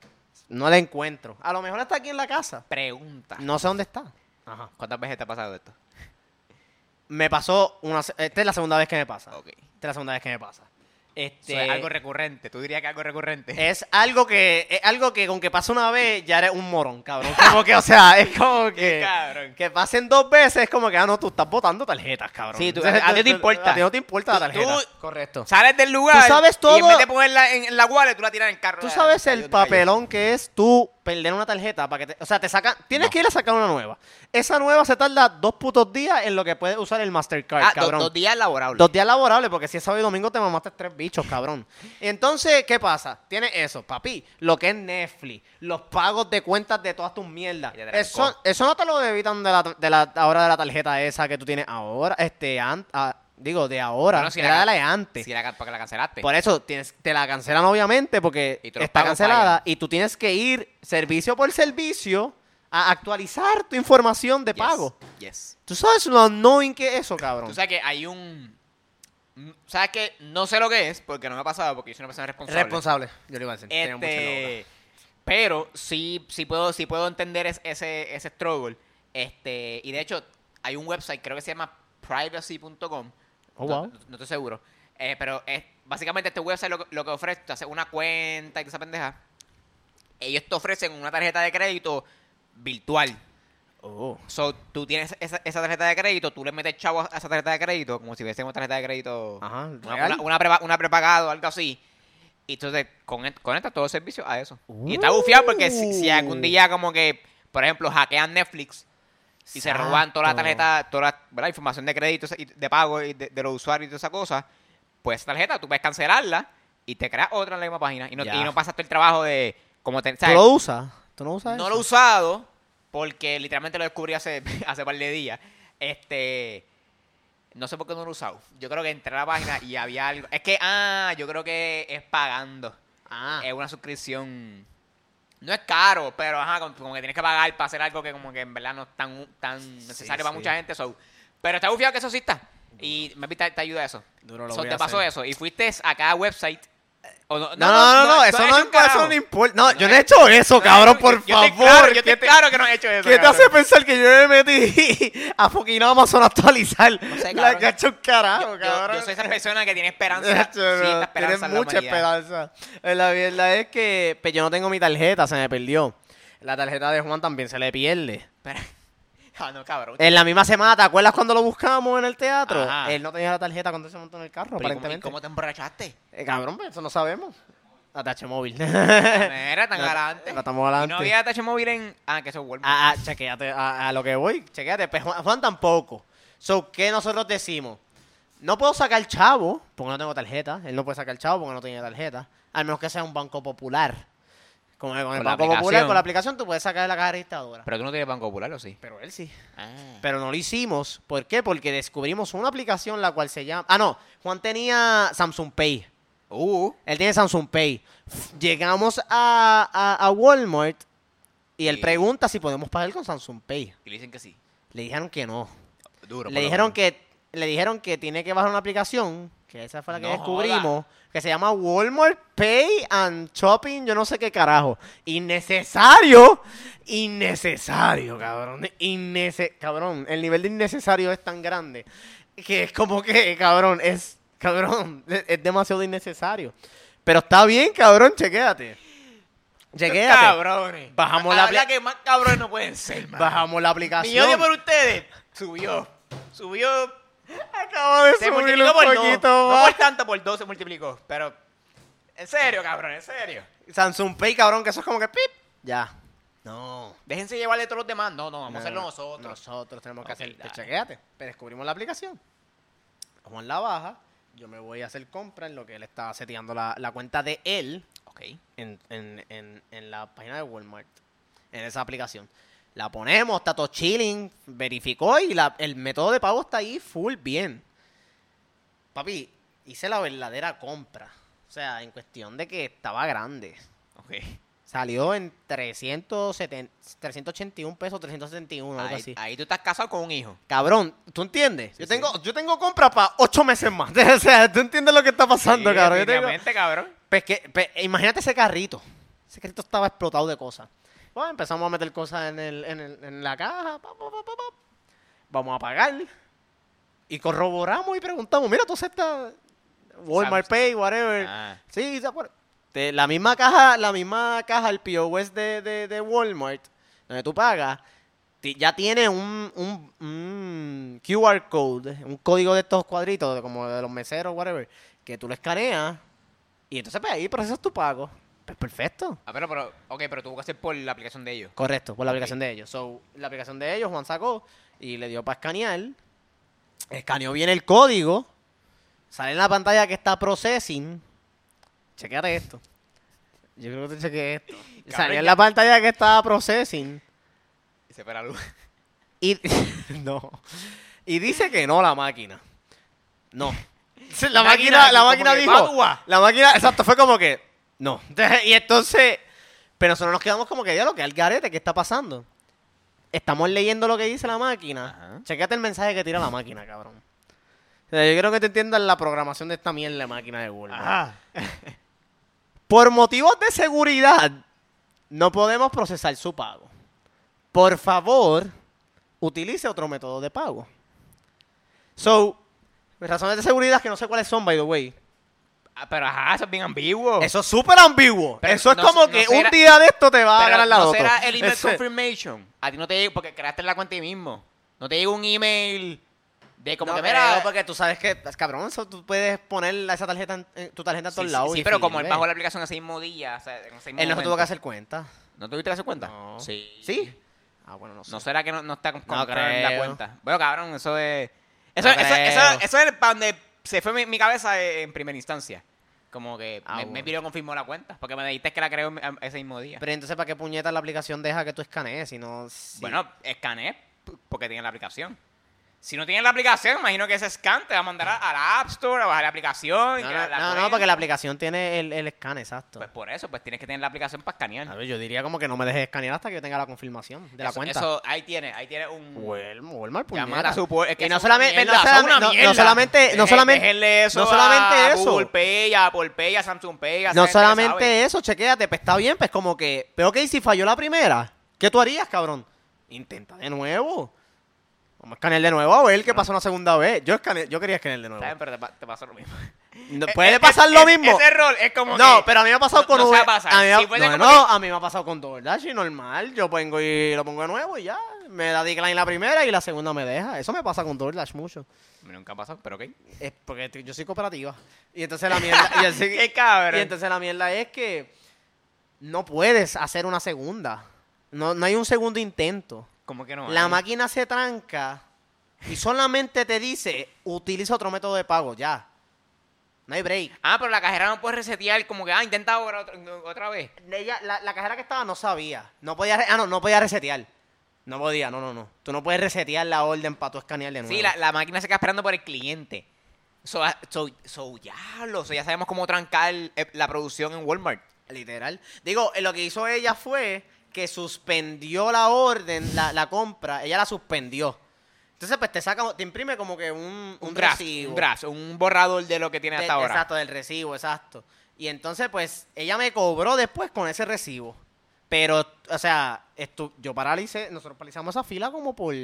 Speaker 2: No la encuentro. A lo mejor está aquí en la casa.
Speaker 1: Pregunta.
Speaker 2: No sé dónde está. Ajá.
Speaker 1: ¿Cuántas veces te ha pasado esto?
Speaker 2: Me pasó una. se- Esta es la segunda vez que me pasa.
Speaker 1: Ok.
Speaker 2: Esta es la segunda vez que me pasa. Este,
Speaker 1: Eso es algo recurrente. Tú dirías que algo recurrente.
Speaker 2: es algo que. Es algo que con que pasa una vez ya eres un morón, cabrón. Como que, o sea, es como que.
Speaker 1: Cabrón.
Speaker 2: Que pasen dos veces es como que, ah, no, tú estás botando tarjetas, cabrón.
Speaker 1: Sí, tú-
Speaker 2: O sea,
Speaker 1: a ti no te importa.
Speaker 2: A ti no te importa la
Speaker 1: Tú-
Speaker 2: tarjeta.
Speaker 1: tú-
Speaker 2: Correcto.
Speaker 1: Sales del lugar.
Speaker 2: Tú sabes
Speaker 1: Y en
Speaker 2: todo-
Speaker 1: vez de ponerla en, en la wallet, tú la tiras en el carro.
Speaker 2: Tú
Speaker 1: Ah,
Speaker 2: sabes
Speaker 1: cayó,
Speaker 2: el
Speaker 1: cayó.
Speaker 2: papelón que es tú perder una tarjeta para que te, o sea, te sacan, tienes que ir a sacar una nueva. Esa nueva se tarda dos putos días en lo que puedes usar el Mastercard,
Speaker 1: Ah, do-
Speaker 2: cabrón.
Speaker 1: dos días laborables.
Speaker 2: Dos días laborables, porque si es sábado y domingo te mamaste tres bichos, cabrón. Entonces, ¿qué pasa? Tienes eso, papi. Lo que es Netflix, los pagos de cuentas de todas tus mierdas.
Speaker 1: Y te trancó.
Speaker 2: Eso, eso no te lo debitan de la, de la ahora de la tarjeta esa que tú tienes ahora. Este, an- ah, digo, de ahora.
Speaker 1: Bueno, si
Speaker 2: era
Speaker 1: la-
Speaker 2: de la de antes.
Speaker 1: Si la, ca- porque la cancelaste.
Speaker 2: Por eso tienes, te la cancelan obviamente porque
Speaker 1: Y te los
Speaker 2: está
Speaker 1: pagos
Speaker 2: cancelada
Speaker 1: fallan.
Speaker 2: y tú tienes que ir servicio por servicio a actualizar tu información de
Speaker 1: Yes,
Speaker 2: pago.
Speaker 1: Yes.
Speaker 2: ¿Tú sabes lo annoying que es eso, cabrón?
Speaker 1: Tú sabes que hay un. mm, ¿Sabes que No sé lo que es, porque no me ha pasado, porque yo soy una persona responsable.
Speaker 2: Responsable. Yo le iba a decir. tenía mucho en la boca.
Speaker 1: Este, pero sí, sí puedo, sí puedo entender es- ese, ese struggle. Este, y de hecho, hay un website, creo que se llama privacy.com. no,
Speaker 2: Oh, wow.
Speaker 1: no- no estoy seguro. Eh, pero es, básicamente este website lo, que- lo que ofrece, te hace una cuenta y toda esa pendeja. Ellos te ofrecen una tarjeta de crédito virtual.
Speaker 2: Oh.
Speaker 1: So, tú tienes esa, esa tarjeta de crédito, tú le metes chavo a esa tarjeta de crédito, como si fuese una tarjeta de crédito.
Speaker 2: Ajá,
Speaker 1: Una,
Speaker 2: real.
Speaker 1: una, una prepa- una prepagado, algo así. Y entonces conect- conectas todo el servicio a eso. Y está bufiado porque si, si algún día, como que, por ejemplo, hackean Netflix y se roban toda la
Speaker 2: Exacto.
Speaker 1: tarjeta, toda la ¿verdad? información de crédito y de pago y de, de los usuarios y toda esa cosa, pues esa tarjeta tú puedes cancelarla y te creas otra en la misma página. Y no,
Speaker 2: Ya.
Speaker 1: y no pasas todo el trabajo de. Como te,
Speaker 2: ¿Tú
Speaker 1: ¿sabes?
Speaker 2: lo usas? ¿Tú no usas
Speaker 1: No
Speaker 2: eso?
Speaker 1: lo he usado porque literalmente lo descubrí hace, hace par de días. Este. No sé por qué no lo he usado. Yo creo que entré a la página y había algo. Es que, ah, yo creo que es pagando.
Speaker 2: Ah.
Speaker 1: Es una suscripción. No es caro, pero ajá, como, como que tienes que pagar para hacer algo que como que en verdad no es tan, tan necesario para
Speaker 2: sí.
Speaker 1: mucha gente. so. Pero está bufiado que eso sí está. Y me te, te ayuda eso.
Speaker 2: Duro, lo
Speaker 1: So,
Speaker 2: voy
Speaker 1: te
Speaker 2: a
Speaker 1: pasó
Speaker 2: hacer.
Speaker 1: eso. Y fuiste a cada website. o
Speaker 2: No, no, no, no,
Speaker 1: tú
Speaker 2: eso,
Speaker 1: has
Speaker 2: no,
Speaker 1: hecho un carajo.
Speaker 2: eso no importa. No, yo no
Speaker 1: No,
Speaker 2: he hecho eso, cabrón, por
Speaker 1: yo, Yo
Speaker 2: favor.
Speaker 1: te, claro, yo
Speaker 2: ¿Qué
Speaker 1: te, claro que no he hecho eso.
Speaker 2: ¿Qué te
Speaker 1: cabrón.
Speaker 2: hace pensar que yo me metí a fucking Amazon a actualizar?
Speaker 1: sé,
Speaker 2: la
Speaker 1: cabrón.
Speaker 2: cacho un carajo,
Speaker 1: Yo- yo,
Speaker 2: cabrón.
Speaker 1: yo soy esa persona que tiene esperanza.
Speaker 2: Nacho,
Speaker 1: cierta
Speaker 2: no,
Speaker 1: esperanza
Speaker 2: Tienes
Speaker 1: en la
Speaker 2: mucha
Speaker 1: humanidad.
Speaker 2: esperanza. Eh, La verdad es que pues, yo no tengo mi tarjeta, se me perdió. La tarjeta de Juan también se le pierde.
Speaker 1: Pero- Ah, no, cabrón.
Speaker 2: En la misma semana, ¿te acuerdas cuando lo buscamos en el teatro?
Speaker 1: Ajá.
Speaker 2: Él no tenía la tarjeta cuando se montó en el
Speaker 1: Pero
Speaker 2: carro,
Speaker 1: ¿y cómo- ¿y
Speaker 2: aparentemente.
Speaker 1: cómo te emborrachaste?
Speaker 2: Eh, cabrón, pues eso no sabemos. ATH móvil.
Speaker 1: Era tan
Speaker 2: No,
Speaker 1: galante.
Speaker 2: no estamos galante.
Speaker 1: Y no había tacho móvil en. Ah, que eso vuelve.
Speaker 2: Ah, ah, chequéate, a, a lo que voy, chequéate. Pues Juan, Juan tampoco. So, ¿qué nosotros decimos? No puedo sacar chavo porque no tengo tarjeta. Él no puede sacar chavo porque no tiene tarjeta. Al menos que sea un banco popular. Como que con, el
Speaker 1: Con la
Speaker 2: banco popular,
Speaker 1: aplicación.
Speaker 2: con la aplicación, tú puedes sacar la caja registradora.
Speaker 1: Pero tú no tienes Banco Popular, ¿o sí?
Speaker 2: Ah. Pero él sí.
Speaker 1: Ah.
Speaker 2: Pero no lo hicimos. ¿Por qué? Porque descubrimos una aplicación la cual se llama. Ah, no. Juan tenía Samsung Pay.
Speaker 1: Uh.
Speaker 2: Él tiene Samsung Pay. Llegamos a, a- a Walmart y él
Speaker 1: Sí.
Speaker 2: pregunta si podemos pagar con Samsung Pay.
Speaker 1: Y le dicen que sí.
Speaker 2: Le dijeron que no.
Speaker 1: Duro.
Speaker 2: le dijeron que le dijeron que tiene que bajar una aplicación, que esa fue la que
Speaker 1: No
Speaker 2: descubrimos, que se llama Walmart Pay and Shopping, yo no sé qué carajo. Innecesario, innecesario, cabrón. Innece cabrón, el nivel de innecesario es tan grande que es como que, cabrón, es cabrón, es, es demasiado innecesario. Pero está bien, cabrón, chequéate. Chequéate.
Speaker 1: Cabrones.
Speaker 2: Bajamos la
Speaker 1: La verdad
Speaker 2: apli-
Speaker 1: que más cabrones no pueden ser, man.
Speaker 2: Bajamos la
Speaker 1: Mi
Speaker 2: aplicación.
Speaker 1: odio por ustedes subió. Subió.
Speaker 2: Acabo de
Speaker 1: Se
Speaker 2: subir
Speaker 1: multiplicó
Speaker 2: un
Speaker 1: por
Speaker 2: poquito
Speaker 1: dos. No
Speaker 2: más.
Speaker 1: por tanto, por dos se multiplicó. Pero. En serio, cabrón, en serio.
Speaker 2: Samsung Pay, cabrón, que eso es como que pip. Ya. No.
Speaker 1: Déjense llevarle todos los demás. No, no, vamos a
Speaker 2: No,
Speaker 1: hacerlo nosotros.
Speaker 2: Nosotros tenemos que
Speaker 1: Ok,
Speaker 2: hacer. Te
Speaker 1: dale.
Speaker 2: chequeate. Pero descubrimos la aplicación. Juan la baja. Yo me voy a hacer compra en lo que él estaba seteando la, la cuenta de él.
Speaker 1: Ok.
Speaker 2: en, en- en- en la página de Walmart, en esa aplicación. La ponemos, está todo chilling, verificó y la- el método de pago está ahí full bien. Papi, hice la verdadera compra. O sea, en cuestión de que estaba grande.
Speaker 1: Ok.
Speaker 2: Salió en 370, 381 pesos, 371, algo
Speaker 1: Ahí,
Speaker 2: así.
Speaker 1: ahí tú estás casado con un hijo.
Speaker 2: Cabrón, ¿tú entiendes?
Speaker 1: Sí,
Speaker 2: yo, tengo, yo tengo compra para ocho meses más. o sea, ¿tú entiendes lo que está pasando,
Speaker 1: Sí,
Speaker 2: cabrón? Yo tengo-
Speaker 1: definitivamente, cabrón.
Speaker 2: pues que, pues, imagínate ese carrito. Ese carrito estaba explotado de cosas. Bueno, empezamos a meter cosas en, el- en el- en la caja. pa, pa, pa, pa, pa. Vamos a pagar. Y corroboramos y preguntamos, mira, tú aceptas Walmart
Speaker 1: Sam's-
Speaker 2: Pay, whatever.
Speaker 1: Ah.
Speaker 2: Sí, de acuerdo. Te- la misma caja, la misma caja, el POS de, de, de Walmart, donde tú pagas, ti- ya tiene un, un- un QR code, un código de estos cuadritos, de como de los meseros, whatever, que tú lo escaneas y entonces pues, ahí procesas tu pago. Pues perfecto.
Speaker 1: Ah, pero, pero, ok, pero tuvo que hacer por la aplicación de ellos.
Speaker 2: Correcto, por la aplicación de ellos. So, la aplicación de ellos, Juan sacó y le dio para escanear. Escaneó bien el código. Sale en la pantalla que está processing. Chequeate esto. Yo creo que te chequeé esto.
Speaker 1: Cabrón,
Speaker 2: Salió en
Speaker 1: ya-
Speaker 2: la pantalla que estaba processing.
Speaker 1: Y se para luz.
Speaker 2: Y. no. Y dice que no la máquina. No. La máquina, la
Speaker 1: como
Speaker 2: máquina
Speaker 1: que,
Speaker 2: dijo.
Speaker 1: "Padua".
Speaker 2: La máquina, exacto, fue como que. No. y entonces. Pero nosotros nos quedamos como que, ya lo que al garete, ¿qué está pasando? Estamos leyendo lo que dice la máquina.
Speaker 1: Ajá.
Speaker 2: Checate el mensaje que tira la máquina, cabrón. O sea, yo quiero que te entiendas la programación de esta mierda de máquina de Google.
Speaker 1: Ajá.
Speaker 2: Por motivos de seguridad, no podemos procesar su pago. Por favor, utilice otro método de pago. So, razones de seguridad que no sé cuáles son, by the way.
Speaker 1: Ah, pero ajá, eso es bien ambiguo.
Speaker 2: Eso es súper ambiguo.
Speaker 1: Oh. Pero
Speaker 2: Eso es
Speaker 1: no-
Speaker 2: como
Speaker 1: no
Speaker 2: que
Speaker 1: será-
Speaker 2: un día de esto te va a
Speaker 1: Pero
Speaker 2: ganar la
Speaker 1: no
Speaker 2: otra.
Speaker 1: será el email
Speaker 2: Ese-
Speaker 1: confirmation. A ti no te llega, porque creaste la cuenta ahí mismo. No te llega un email de como
Speaker 2: No
Speaker 1: que,
Speaker 2: creo,
Speaker 1: mira...
Speaker 2: porque tú sabes que, cabrón, eso tú puedes poner esa tarjeta en, en tu tarjeta en
Speaker 1: Sí,
Speaker 2: todos
Speaker 1: sí,
Speaker 2: lados.
Speaker 1: sí,
Speaker 2: y
Speaker 1: pero
Speaker 2: fin,
Speaker 1: como él
Speaker 2: ve.
Speaker 1: bajó la aplicación ese mismo día, o sea, en ese mismo
Speaker 2: Él no se tuvo
Speaker 1: momento.
Speaker 2: que hacer cuenta.
Speaker 1: ¿No tuviste que hacer cuenta?
Speaker 2: No.
Speaker 1: Sí.
Speaker 2: ¿Sí? Ah, bueno, no sé.
Speaker 1: ¿No será que no, no está con con- con la
Speaker 2: creo.
Speaker 1: cuenta? Bueno, cabrón, eso es... Eso,
Speaker 2: No
Speaker 1: eso, eso,
Speaker 2: creo.
Speaker 1: eso es para donde se fue mi, mi cabeza en primera instancia. Como que
Speaker 2: Ah,
Speaker 1: me, me
Speaker 2: bueno.
Speaker 1: pidió que confirmó la cuenta, porque me dijiste que la creó em- ese mismo día.
Speaker 2: Pero entonces, ¿para qué puñeta la aplicación deja que tú escanees? Si no, si-
Speaker 1: Bueno, escaneé p- porque tiene la aplicación. Si no tienes la aplicación, imagino que ese scan te va a mandar a, a la App Store, a bajar la aplicación.
Speaker 2: No,
Speaker 1: que la
Speaker 2: no, no, no,
Speaker 1: cuenta.
Speaker 2: porque la aplicación tiene el, el escane, exacto.
Speaker 1: Pues por eso, pues tienes que tener la aplicación para escanear.
Speaker 2: A ver, yo diría como que no me dejes escanear hasta que yo tenga la confirmación de la
Speaker 1: eso,
Speaker 2: cuenta.
Speaker 1: eso- ahí tiene, ahí tiene un...
Speaker 2: Walmart, Walmart,
Speaker 1: Ya
Speaker 2: puñeta.
Speaker 1: mata su pu- es que
Speaker 2: Y
Speaker 1: eso
Speaker 2: no
Speaker 1: es una
Speaker 2: solamente, no
Speaker 1: mierda, eso es una
Speaker 2: solamente, no- no
Speaker 1: mierda.
Speaker 2: solamente, no
Speaker 1: Deje- déjenle
Speaker 2: solamente,
Speaker 1: eso
Speaker 2: no solamente
Speaker 1: a
Speaker 2: eso.
Speaker 1: Google Pay, a Apple Pay, a Samsung Pay, a esa
Speaker 2: No
Speaker 1: gente que sabe.
Speaker 2: solamente eso, chequéate, pues está bien, pues como que, pero ok, si falló la primera, ¿qué tú harías, cabrón? Intenta de nuevo. Vamos a escanear de nuevo a ver qué pasó una segunda vez. Yo, escaneé, yo quería escanear de nuevo.
Speaker 1: Está bien, pero te, pa- te pasa lo mismo.
Speaker 2: No,
Speaker 1: Eh,
Speaker 2: puede
Speaker 1: eh,
Speaker 2: pasar
Speaker 1: eh,
Speaker 2: lo
Speaker 1: eh,
Speaker 2: mismo.
Speaker 1: Ese error es como
Speaker 2: No,
Speaker 1: que-
Speaker 2: pero a mí me ha pasado
Speaker 1: no-
Speaker 2: con
Speaker 1: no se
Speaker 2: Uber.
Speaker 1: va a pasar.
Speaker 2: mí me ha-
Speaker 1: Si fuese
Speaker 2: no,
Speaker 1: como
Speaker 2: no, a mí me ha pasado con DoorDash y normal. Yo pongo y lo pongo de nuevo y ya. Me da decline la primera y la segunda me deja. Eso me pasa con DoorDash mucho.
Speaker 1: A mí Nunca ha pasado, pero ok.
Speaker 2: Es porque t- yo soy cooperativa. Y entonces la mierda, y, así-
Speaker 1: Qué cabrón.
Speaker 2: y entonces la mierda es que no puedes hacer una segunda. No, no hay un segundo intento.
Speaker 1: ¿Cómo que no?
Speaker 2: La
Speaker 1: hay?
Speaker 2: máquina se tranca y solamente te dice, utiliza otro método de pago, ya. No hay break.
Speaker 1: Ah, pero la cajera no puede resetear como que, ah, intenta ahora otra, otra vez.
Speaker 2: Ella- la, la cajera que estaba no sabía. No podía, re- ah, no, no podía resetear. No podía, no, no, no. Tú no puedes resetear la orden para tú escanear de nuevo.
Speaker 1: Sí, la, la máquina se queda esperando por el cliente. So, ah, so, so, ya, lo, so, ya sabemos cómo trancar eh, la producción en Walmart.
Speaker 2: Literal. Digo, eh, lo que hizo ella fue que suspendió la orden, la, la compra. Ella la suspendió. Entonces, pues te saca, te imprime como que un,
Speaker 1: Un,
Speaker 2: un
Speaker 1: draft,
Speaker 2: recibo.
Speaker 1: un draft, un borrador de lo que tiene
Speaker 2: Del-
Speaker 1: hasta ahora.
Speaker 2: Exacto, del recibo, exacto. Y entonces, pues, ella me cobró después con ese recibo. Pero, o sea, estu- yo paralicé, nosotros paralizamos esa fila como por...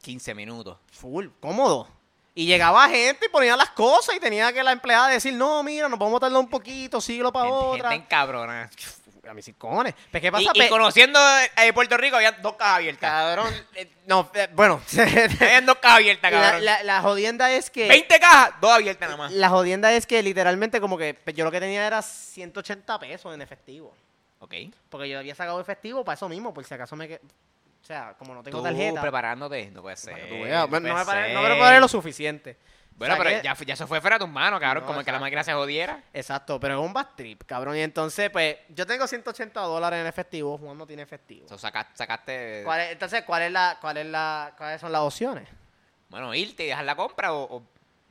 Speaker 1: 15 minutos.
Speaker 2: full, cómodo. Y llegaba gente y ponía las cosas y tenía que la empleada decir, no, mira, nos vamos a tardar un poquito, siglo para
Speaker 1: Gente-
Speaker 2: otra.
Speaker 1: Gente encabronada.
Speaker 2: A mis cojones. Pues, ¿qué
Speaker 1: Y,
Speaker 2: pasa?
Speaker 1: y
Speaker 2: Pe-
Speaker 1: conociendo eh, Puerto Rico, había dos cajas abiertas.
Speaker 2: Cabrón, eh, no, eh, bueno.
Speaker 1: Habían dos cajas abiertas,
Speaker 2: la,
Speaker 1: cabrón.
Speaker 2: la- la jodienda es que...
Speaker 1: 20 cajas, dos abiertas nada más.
Speaker 2: La jodienda es que literalmente como que pues, yo lo que tenía era 180 pesos en efectivo.
Speaker 1: Ok.
Speaker 2: Porque yo había sacado efectivo para eso mismo, por si acaso me... que- O sea, como no tengo
Speaker 1: Tú
Speaker 2: tarjeta...
Speaker 1: preparándote, no puede ser.
Speaker 2: para que tú veas. Bueno, No,
Speaker 1: puede
Speaker 2: me paré, no
Speaker 1: ser.
Speaker 2: me preparé lo suficiente.
Speaker 1: Bueno,
Speaker 2: O sea
Speaker 1: pero
Speaker 2: que-
Speaker 1: ya, fu- ya se fue fuera de tus manos, cabrón.
Speaker 2: No,
Speaker 1: como que la
Speaker 2: exacto.
Speaker 1: máquina se jodiera.
Speaker 2: Exacto, pero es un bad trip, cabrón. Y entonces, pues, yo tengo 180 dólares en efectivo, Juan no tiene efectivo.
Speaker 1: So, saca- sacaste.
Speaker 2: ¿Cuál es- entonces, ¿cuál es la, cuál es la, ¿cuáles son las opciones?
Speaker 1: Bueno, irte y dejar la compra o, o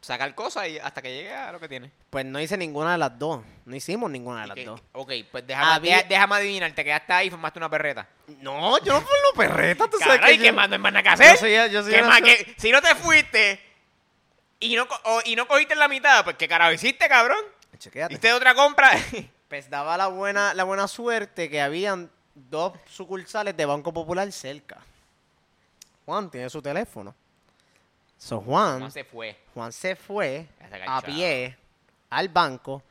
Speaker 1: sacar cosas y hasta que llegue a lo que tienes.
Speaker 2: Pues no hice ninguna de las dos. No hicimos ninguna de
Speaker 1: Y
Speaker 2: las
Speaker 1: que-
Speaker 2: dos.
Speaker 1: Ok, pues déjame,
Speaker 2: Había-
Speaker 1: deja- déjame adivinar. Te quedaste ahí y formaste una perreta.
Speaker 2: No, yo no fui lo perreta, tú sabes
Speaker 1: Caray,
Speaker 2: que
Speaker 1: ¿qué
Speaker 2: yo-
Speaker 1: más no hay más nada que hacer?
Speaker 2: Yo soy- yo soy
Speaker 1: ¿Qué
Speaker 2: una
Speaker 1: más
Speaker 2: so-
Speaker 1: que- si no te fuiste y no, co- o- y no cogiste la mitad, pues qué carajo hiciste, cabrón.
Speaker 2: Chequéate.
Speaker 1: Hiciste otra compra.
Speaker 2: Pues daba la buena, la buena suerte que habían dos sucursales de Banco Popular cerca. Juan tiene su teléfono. So Juan,
Speaker 1: No se fue.
Speaker 2: Juan se fue
Speaker 1: A sacar
Speaker 2: a
Speaker 1: chavos.
Speaker 2: pie al banco,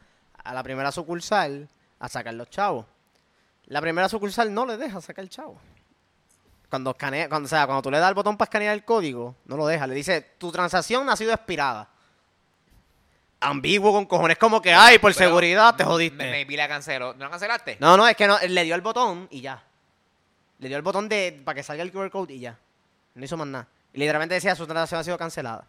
Speaker 2: a la primera sucursal, a sacar los chavos. La primera sucursal no le deja sacar el chavo. Cuando, escanea, cuando, o sea, cuando tú le das el botón para escanear el código, no lo deja. Le dice, tu transacción ha sido expirada. Ambiguo con cojones, como que, ay, por
Speaker 1: Pero
Speaker 2: seguridad te jodiste.
Speaker 1: Me, me vi la canceló. ¿No la cancelaste?
Speaker 2: No, no, es que no, le dio el botón y ya. Le dio el botón de para que salga el QR code y ya. No hizo más nada. Y literalmente decía, su transacción ha sido cancelada.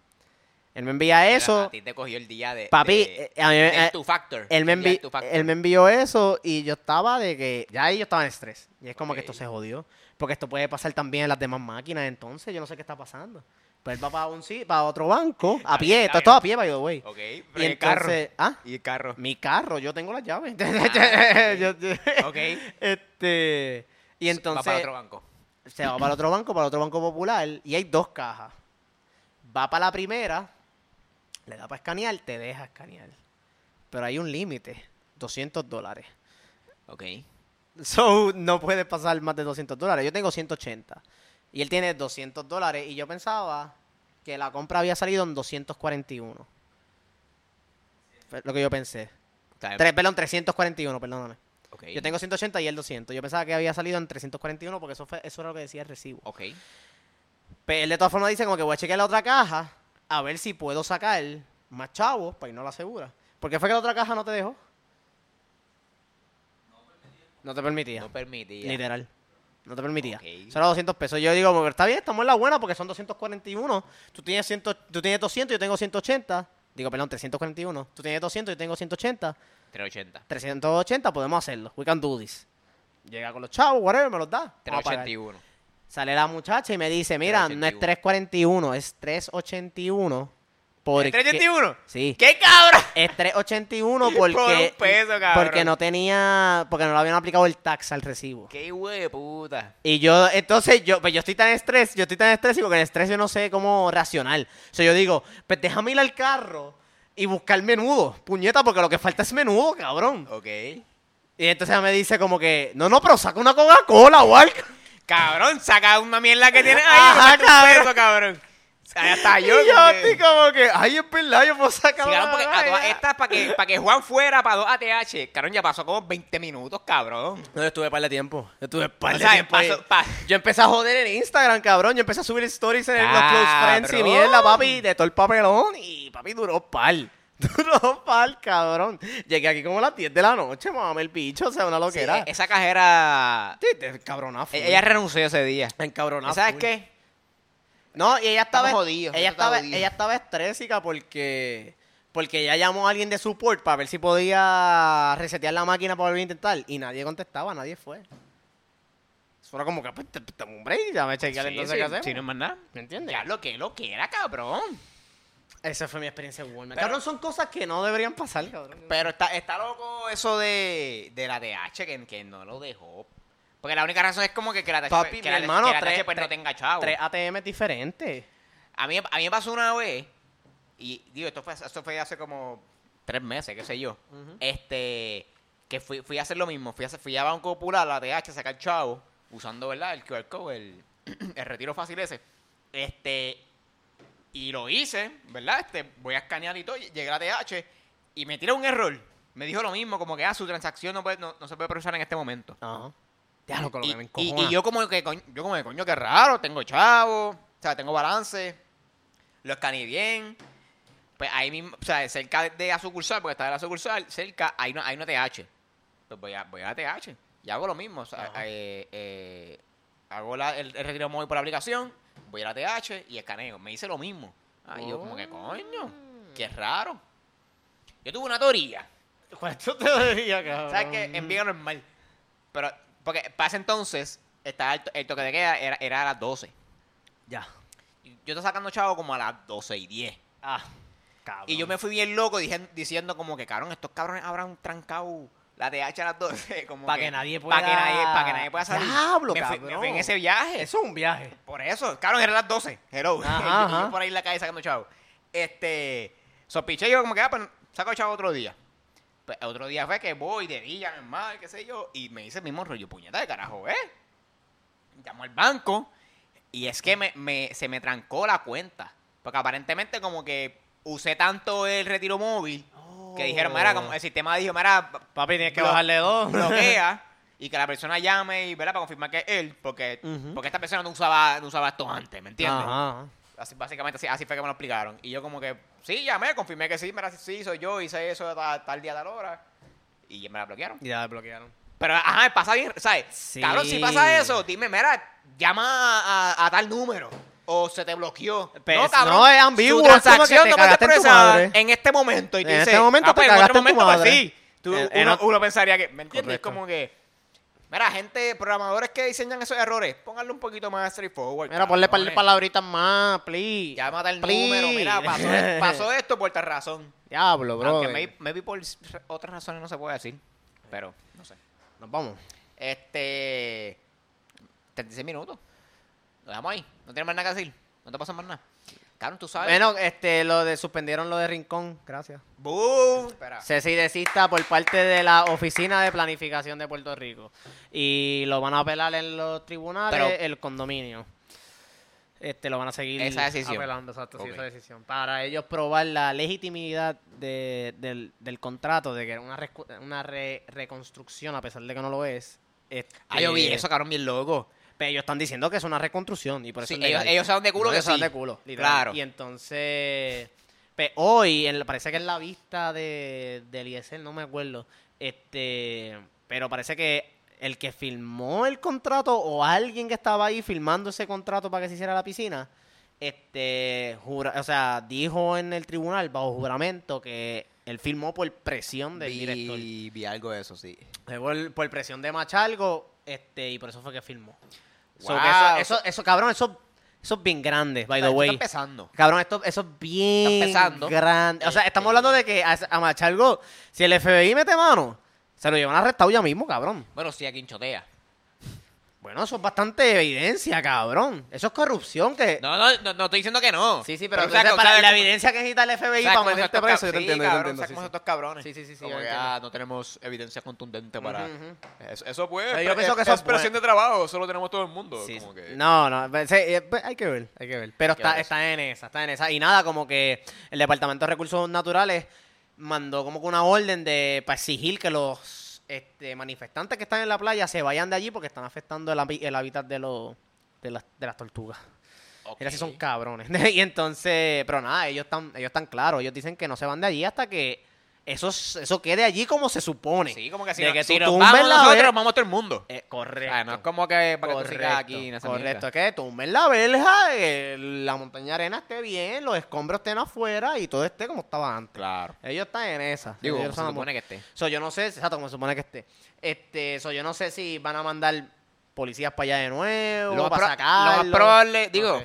Speaker 2: Él me envía
Speaker 1: Mira,
Speaker 2: eso.
Speaker 1: A ti te cogió el día de.
Speaker 2: Papi,
Speaker 1: de-
Speaker 2: eh, a mí me-
Speaker 1: del
Speaker 2: eh,
Speaker 1: two factor.
Speaker 2: Él me,
Speaker 1: El día del
Speaker 2: envi-
Speaker 1: two factor.
Speaker 2: él me envió eso y yo estaba de que. Ya ahí yo estaba en estrés. Y es como que esto
Speaker 1: Ok.
Speaker 2: se jodió. Porque esto puede pasar también en las demás máquinas. Entonces, yo no sé qué está pasando. Pues él va para, un, si- para otro banco, a
Speaker 1: Está bien,
Speaker 2: pie.
Speaker 1: está
Speaker 2: Esto es todo a
Speaker 1: bien.
Speaker 2: pie, by the way.
Speaker 1: Ok, pero
Speaker 2: Y
Speaker 1: ¿y el carro.
Speaker 2: entonces- ¿Ah?
Speaker 1: Y el carro.
Speaker 2: Mi carro, yo tengo las llaves.
Speaker 1: Ah,
Speaker 2: Yo- yo-
Speaker 1: Ok.
Speaker 2: Este. Y entonces.
Speaker 1: Va para otro banco.
Speaker 2: se va para el otro banco, para el otro banco popular, y hay dos cajas. Va para la primera, le da para escanear, te deja escanear. Pero hay un límite, 200 dólares.
Speaker 1: Ok.
Speaker 2: So, no puedes pasar más de 200 dólares. Yo tengo 180. Y él tiene 200 dólares. Y yo pensaba que la compra había salido en 241. Fue lo que yo pensé.
Speaker 1: Está bien.
Speaker 2: Tres, perdón, 341, perdóname.
Speaker 1: Ok.
Speaker 2: Yo tengo 180 y él 200. Yo pensaba que había salido en 341 porque eso, fue, eso era lo que decía el recibo.
Speaker 1: Ok.
Speaker 2: Pero Pues él de todas formas dice como que voy a chequear la otra caja a ver si puedo sacar más chavos para irnos a la segura. ¿Por qué fue que la otra caja no te dejó? No te permitía.
Speaker 1: No permitía.
Speaker 2: Literal. No te permitía.
Speaker 1: Ok.
Speaker 2: Son los 200 pesos. Yo digo, bueno, está bien, estamos en la buena porque son 241. Tú tienes, 100, tú tienes 200, yo tengo 180. Digo, perdón, 341. Tú tienes 200, yo tengo 180.
Speaker 1: 380.
Speaker 2: 380, podemos hacerlo. We can do this. Llega con los chavos, whatever, me los da. Vamos a pagar.
Speaker 1: 381.
Speaker 2: Sale la muchacha y me dice, mira, no es 341, es 381. Porque...
Speaker 1: 381.
Speaker 2: Sí.
Speaker 1: ¡Qué cabrón!
Speaker 2: Es 381
Speaker 1: Por
Speaker 2: porque...
Speaker 1: un peso, cabrón.
Speaker 2: Porque no tenía... Porque no le habían aplicado el tax al recibo.
Speaker 1: ¡Qué hue puta!
Speaker 2: Y yo, entonces, yo, pues yo estoy tan estrés, yo estoy tan estrésico que en estrés yo no sé cómo racional. O sea, yo digo, pues déjame ir al carro y buscar menudo, puñeta, porque lo que falta es menudo, cabrón.
Speaker 1: Ok.
Speaker 2: Y entonces ella me dice como que, no, no, pero saca una Coca-Cola o algo.
Speaker 1: Cabrón, saca una mierda que tienes ahí.
Speaker 2: Ajá,
Speaker 1: Ajá, cabrón. Peso, cabrón. O sea, ya está
Speaker 2: Y
Speaker 1: yo.
Speaker 2: yo,
Speaker 1: como que-
Speaker 2: estoy como que, ay, es verdad, yo puedo sacar
Speaker 1: Sí,
Speaker 2: una
Speaker 1: cabrón, porque a todas
Speaker 2: Coca-Cola".
Speaker 1: estas, para que, pa' que Juan fuera para 2 ATH, cabrón, ya pasó como 20 minutos, cabrón.
Speaker 2: No, yo estuve par de tiempo. Yo estuve par
Speaker 1: O
Speaker 2: de
Speaker 1: sea,
Speaker 2: tiempo. ahí.
Speaker 1: paso- pa-
Speaker 2: Yo empecé a joder en Instagram, cabrón. Yo empecé a subir stories en los close friends y
Speaker 1: Cabrón.
Speaker 2: mierda, papi, de todo el papelón. Y papi duró par. Duró par, cabrón. Llegué aquí como a las 10 de la noche, mamá, el bicho, o sea, una
Speaker 1: Sí,
Speaker 2: loquera.
Speaker 1: e- esa cajera. e-,
Speaker 2: Sí, te- cabroná full.
Speaker 1: Ella renunció ese día.
Speaker 2: encabronada.
Speaker 1: ¿Sabes
Speaker 2: full.
Speaker 1: qué?
Speaker 2: No, y ella estaba.
Speaker 1: Estamos jodidos,
Speaker 2: ella,
Speaker 1: esto está
Speaker 2: estaba
Speaker 1: jodido.
Speaker 2: ella estaba estrésica porque. Porque ella llamó a alguien de support para ver si podía resetear la máquina para volver a intentar. Y nadie contestaba, nadie fue. Eso era como que, pues, te- te- dame un break, ya me chequear
Speaker 1: Sí,
Speaker 2: entonces
Speaker 1: sí,
Speaker 2: qué hacemos.
Speaker 1: sí, no es más nada.
Speaker 2: ¿Me entiendes?
Speaker 1: Ya lo que lo que era, cabrón.
Speaker 2: Esa fue mi experiencia en Walmart.
Speaker 1: Pero-
Speaker 2: cabrón, son cosas que no deberían pasar, cabrón.
Speaker 1: Pero está, está loco eso de, de la DH que, que no lo dejó. Porque la única razón es como que, que la DH,
Speaker 2: Papi,
Speaker 1: que
Speaker 2: mi
Speaker 1: la-
Speaker 2: hermano,
Speaker 1: que la
Speaker 2: tres-
Speaker 1: DH, pues, no
Speaker 2: tres-
Speaker 1: tenga chavo.
Speaker 2: Tres ATM diferentes.
Speaker 1: A mí, a mí me pasó una vez, y digo, esto fue, esto fue hace como tres meses, qué sé yo, este, que fui, fui a hacer lo mismo, fui a, hacer- fui a Banco Popular, a la TH, a sacar chavo, usando, ¿verdad? El QR code, el, el retiro fácil ese. Este, y lo hice, ¿verdad? Este, voy a escanear y todo, y llegué a la TH, y me tiró un error. Me dijo lo mismo, como que, ah, su transacción no, puede- no, no se puede procesar en este momento.
Speaker 2: Ajá. Ya lo
Speaker 1: Y,
Speaker 2: coloqué, me
Speaker 1: y- y
Speaker 2: encojona.
Speaker 1: yo como que coño, yo como que coño que raro, tengo chavo, o sea, tengo balance, lo escaneé bien. Pues ahí mismo, o sea, cerca de la sucursal, porque está de la sucursal, cerca hay una, hay una TH. Pues voy a, voy a la TH y hago lo mismo. o sea,
Speaker 2: Ajá.
Speaker 1: eh, eh, hago la- el, el
Speaker 2: Oh.
Speaker 1: retiro móvil por la aplicación, voy a la TH y escaneo. Me hice lo mismo. Ah, y yo como que coño. Qué raro. Yo tuve una teoría.
Speaker 2: ¿Cuánto te daría, cabrón?
Speaker 1: ¿Sabes qué? En Vega normal. Pero, porque para ese entonces, estaba el, to- el toque de queda era, era a las 12.
Speaker 2: Ya.
Speaker 1: Y Yo estaba sacando chavo como a las 12 y 10.
Speaker 2: Ah, cabrón.
Speaker 1: Y yo me fui bien loco dije- diciendo como que, cabrón, estos cabrones habrán trancado la TH a las 12. Como
Speaker 2: Pa' que nadie
Speaker 1: Para que
Speaker 2: pueda-
Speaker 1: nadie, pa' que nadie pueda salir.
Speaker 2: Diablo,
Speaker 1: me fui, me
Speaker 2: cabrón.
Speaker 1: fui en ese viaje.
Speaker 2: Eso es un viaje.
Speaker 1: Por eso, cabrón, eran las 12. Hello.
Speaker 2: Ajá,
Speaker 1: Y yo- y yo,
Speaker 2: ajá.
Speaker 1: por ahí en la calle sacando chavo. Este. Sospeché yo como que, ah, pues saco chavo otro día. Pues, otro día fue que voy de día, mi madre, qué sé yo. Y me hice el mismo rollo, puñeta de carajo, ¿eh? Llamo al banco. Y es que me, me- se me trancó la cuenta. Porque aparentemente, como que usé tanto el retiro móvil que dijeron, mira,
Speaker 2: Oh.
Speaker 1: como el sistema dijo, mira,
Speaker 2: Papi, tienes que
Speaker 1: Blo-
Speaker 2: bajarle dos.
Speaker 1: bloquea y que la persona llame y ¿verdad? para confirmar que es él, porque,
Speaker 2: Ujú.
Speaker 1: porque esta persona no usaba, no usaba esto antes, ¿me entiendes?
Speaker 2: Ajá.
Speaker 1: Así, básicamente así, así fue que me lo explicaron. Y yo como que, sí, llamé, confirmé que sí, mira, sí, soy yo, hice eso a tal, tal día, tal hora. Y me la bloquearon.
Speaker 2: Y ya desbloquearon.
Speaker 1: Pero, ajá, pasa bien, ¿sabes?
Speaker 2: Sí.
Speaker 1: Cabrón, si pasa eso, dime, mira, llama a, a- a tal número. O se te bloqueó.
Speaker 2: Pues,
Speaker 1: no, cabrón.
Speaker 2: no, es ambiguo,
Speaker 1: Su
Speaker 2: es como que
Speaker 1: transacción
Speaker 2: te
Speaker 1: no puede
Speaker 2: cagaste en tu
Speaker 1: procesar
Speaker 2: madre.
Speaker 1: en este momento. Y tú
Speaker 2: En
Speaker 1: dices,
Speaker 2: este momento
Speaker 1: ah,
Speaker 2: te
Speaker 1: pues, en
Speaker 2: cagaste
Speaker 1: otro
Speaker 2: en tu
Speaker 1: momento, pues,
Speaker 2: madre.
Speaker 1: sí. Tú-
Speaker 2: En-
Speaker 1: uno,
Speaker 2: en ot-
Speaker 1: uno pensaría que, ¿me entiendes?
Speaker 2: Correcto.
Speaker 1: Como que, mira, gente, programadores que diseñan esos errores, pónganle un poquito más straightforward.
Speaker 2: Mira, ponle par de
Speaker 1: cabrones.
Speaker 2: palabritas más, please.
Speaker 1: Ya mata el
Speaker 2: Please.
Speaker 1: número, mira, pasó, e- pasó esto por tal razón.
Speaker 2: Diablo, bro. eh.
Speaker 1: Aunque maybe, maybe por otras razones no se puede decir, pero no sé.
Speaker 2: Nos vamos.
Speaker 1: Este. 36 minutos. Lo dejamos ahí. No tiene más nada que decir. No te pasa más nada. Cabrón, tú sabes.
Speaker 2: Bueno, este, lo de, suspendieron lo de Rincón. Gracias.
Speaker 1: ¡Boom! Espera.
Speaker 2: Ceci desista por parte de la Oficina de Planificación de Puerto Rico. Y lo van a apelar en los tribunales,
Speaker 1: Pero-
Speaker 2: el condominio. Este, lo van a seguir
Speaker 1: Esa decisión.
Speaker 2: apelando, exacto, sí,
Speaker 1: Ok.
Speaker 2: esa decisión. Para ellos probar la legitimidad de- del, del contrato, de que era una, rescu- una re- reconstrucción, a pesar de que no lo es. Este,
Speaker 1: Ah, yo vi eso, cabrón, bien loco.
Speaker 2: Pero ellos están diciendo que es una reconstrucción. Y por eso
Speaker 1: Sí,
Speaker 2: es
Speaker 1: ellos,
Speaker 2: legal.
Speaker 1: ellos saben de culo
Speaker 2: No,
Speaker 1: que
Speaker 2: ellos son
Speaker 1: sí.
Speaker 2: de culo, literal.
Speaker 1: Claro.
Speaker 2: Y entonces, pe- hoy, en la- parece que es la vista de, de Eliezer, E no me acuerdo. Este, pero parece que el que firmó el contrato o alguien que estaba ahí firmando ese contrato para que se hiciera la piscina, este, jura, o sea, dijo en el tribunal bajo juramento que él firmó por presión del director.
Speaker 1: Vi, vi algo de eso, sí.
Speaker 2: Fue Por, por presión de Machalgo, este, y por eso fue que firmó. So,
Speaker 1: Wow.
Speaker 2: que eso, eso, eso, cabrón, eso, eso es bien grande, by the
Speaker 1: Esto
Speaker 2: way.
Speaker 1: Está empezando.
Speaker 2: Cabrón, esto, eso es bien
Speaker 1: Está empezando.
Speaker 2: grande. O sea, estamos hablando de que a, a Machalgo, si el FBI mete mano, se lo llevan arrestado ya mismo, cabrón.
Speaker 1: Bueno, sí, aquí hinchotea.
Speaker 2: Bueno, eso es bastante evidencia, cabrón. Eso es corrupción que...
Speaker 1: No, no, no, no estoy diciendo que no.
Speaker 2: Sí, sí, pero,
Speaker 1: o sea,
Speaker 2: entonces,
Speaker 1: que-
Speaker 2: para
Speaker 1: o sea,
Speaker 2: la
Speaker 1: como-
Speaker 2: evidencia que necesita el FBI
Speaker 1: ¿sabes
Speaker 2: para
Speaker 1: cómo se
Speaker 2: meterte
Speaker 1: estos
Speaker 2: preso,
Speaker 1: cab-
Speaker 2: yo te
Speaker 1: sí,
Speaker 2: entiendo, yo te
Speaker 1: cabrón,
Speaker 2: entiendo,
Speaker 1: ¿sabes
Speaker 2: sí,
Speaker 1: cómo
Speaker 2: sí.
Speaker 1: son estos cabrones.
Speaker 2: Sí, sí, sí, sí,
Speaker 1: Como
Speaker 2: yo
Speaker 1: que,
Speaker 2: entiendo.
Speaker 1: ah, no tenemos evidencia contundente para...
Speaker 2: Ujú, ujú.
Speaker 1: Eso, eso pues,
Speaker 2: Pero yo
Speaker 1: es-
Speaker 2: pienso que
Speaker 1: es
Speaker 2: eso es
Speaker 1: presión
Speaker 2: bueno.
Speaker 1: de trabajo, eso lo tenemos todo el mundo.
Speaker 2: Sí,
Speaker 1: como
Speaker 2: sí.
Speaker 1: que-
Speaker 2: No, no, pues, sí, eh, pues, hay que ver, hay que ver. Pero
Speaker 1: que
Speaker 2: está,
Speaker 1: ver eso.
Speaker 2: está en esa, está en esa. Y nada, como que el Departamento de Recursos Naturales mandó como que una orden de para exigir que los este, manifestantes que están en la playa se vayan de allí porque están afectando el, habi- el hábitat de los de las, de las tortugas.
Speaker 1: Ok.
Speaker 2: Mira si son cabrones. y entonces, pero nada, ellos están, ellos están claros. Ellos dicen que no se van de allí hasta que eso, eso quede allí como se supone.
Speaker 1: Sí, como que si,
Speaker 2: De
Speaker 1: no-
Speaker 2: que
Speaker 1: si
Speaker 2: tú
Speaker 1: nos
Speaker 2: tumbes
Speaker 1: vamos
Speaker 2: la
Speaker 1: nosotros,
Speaker 2: verja-
Speaker 1: vamos todo el mundo.
Speaker 2: Eh,
Speaker 1: O
Speaker 2: correcto.
Speaker 1: sea, Ah, no es como que para que tú sigas
Speaker 2: Correcto,
Speaker 1: aquí en esa
Speaker 2: correcto.
Speaker 1: mierda.
Speaker 2: Es que tumben la verja, eh, la montaña de arena esté bien, los escombros estén afuera y todo esté como estaba antes.
Speaker 1: Claro.
Speaker 2: Ellos están en esa.
Speaker 1: Digo, como
Speaker 2: Ellos
Speaker 1: se
Speaker 2: son-
Speaker 1: supone que esté.
Speaker 2: So, yo no sé, exacto, como se supone que esté. Este, so, yo no sé si van a mandar policías para allá de nuevo,
Speaker 1: Lo más
Speaker 2: para
Speaker 1: pro-
Speaker 2: sacarlos.
Speaker 1: lo más probable, digo,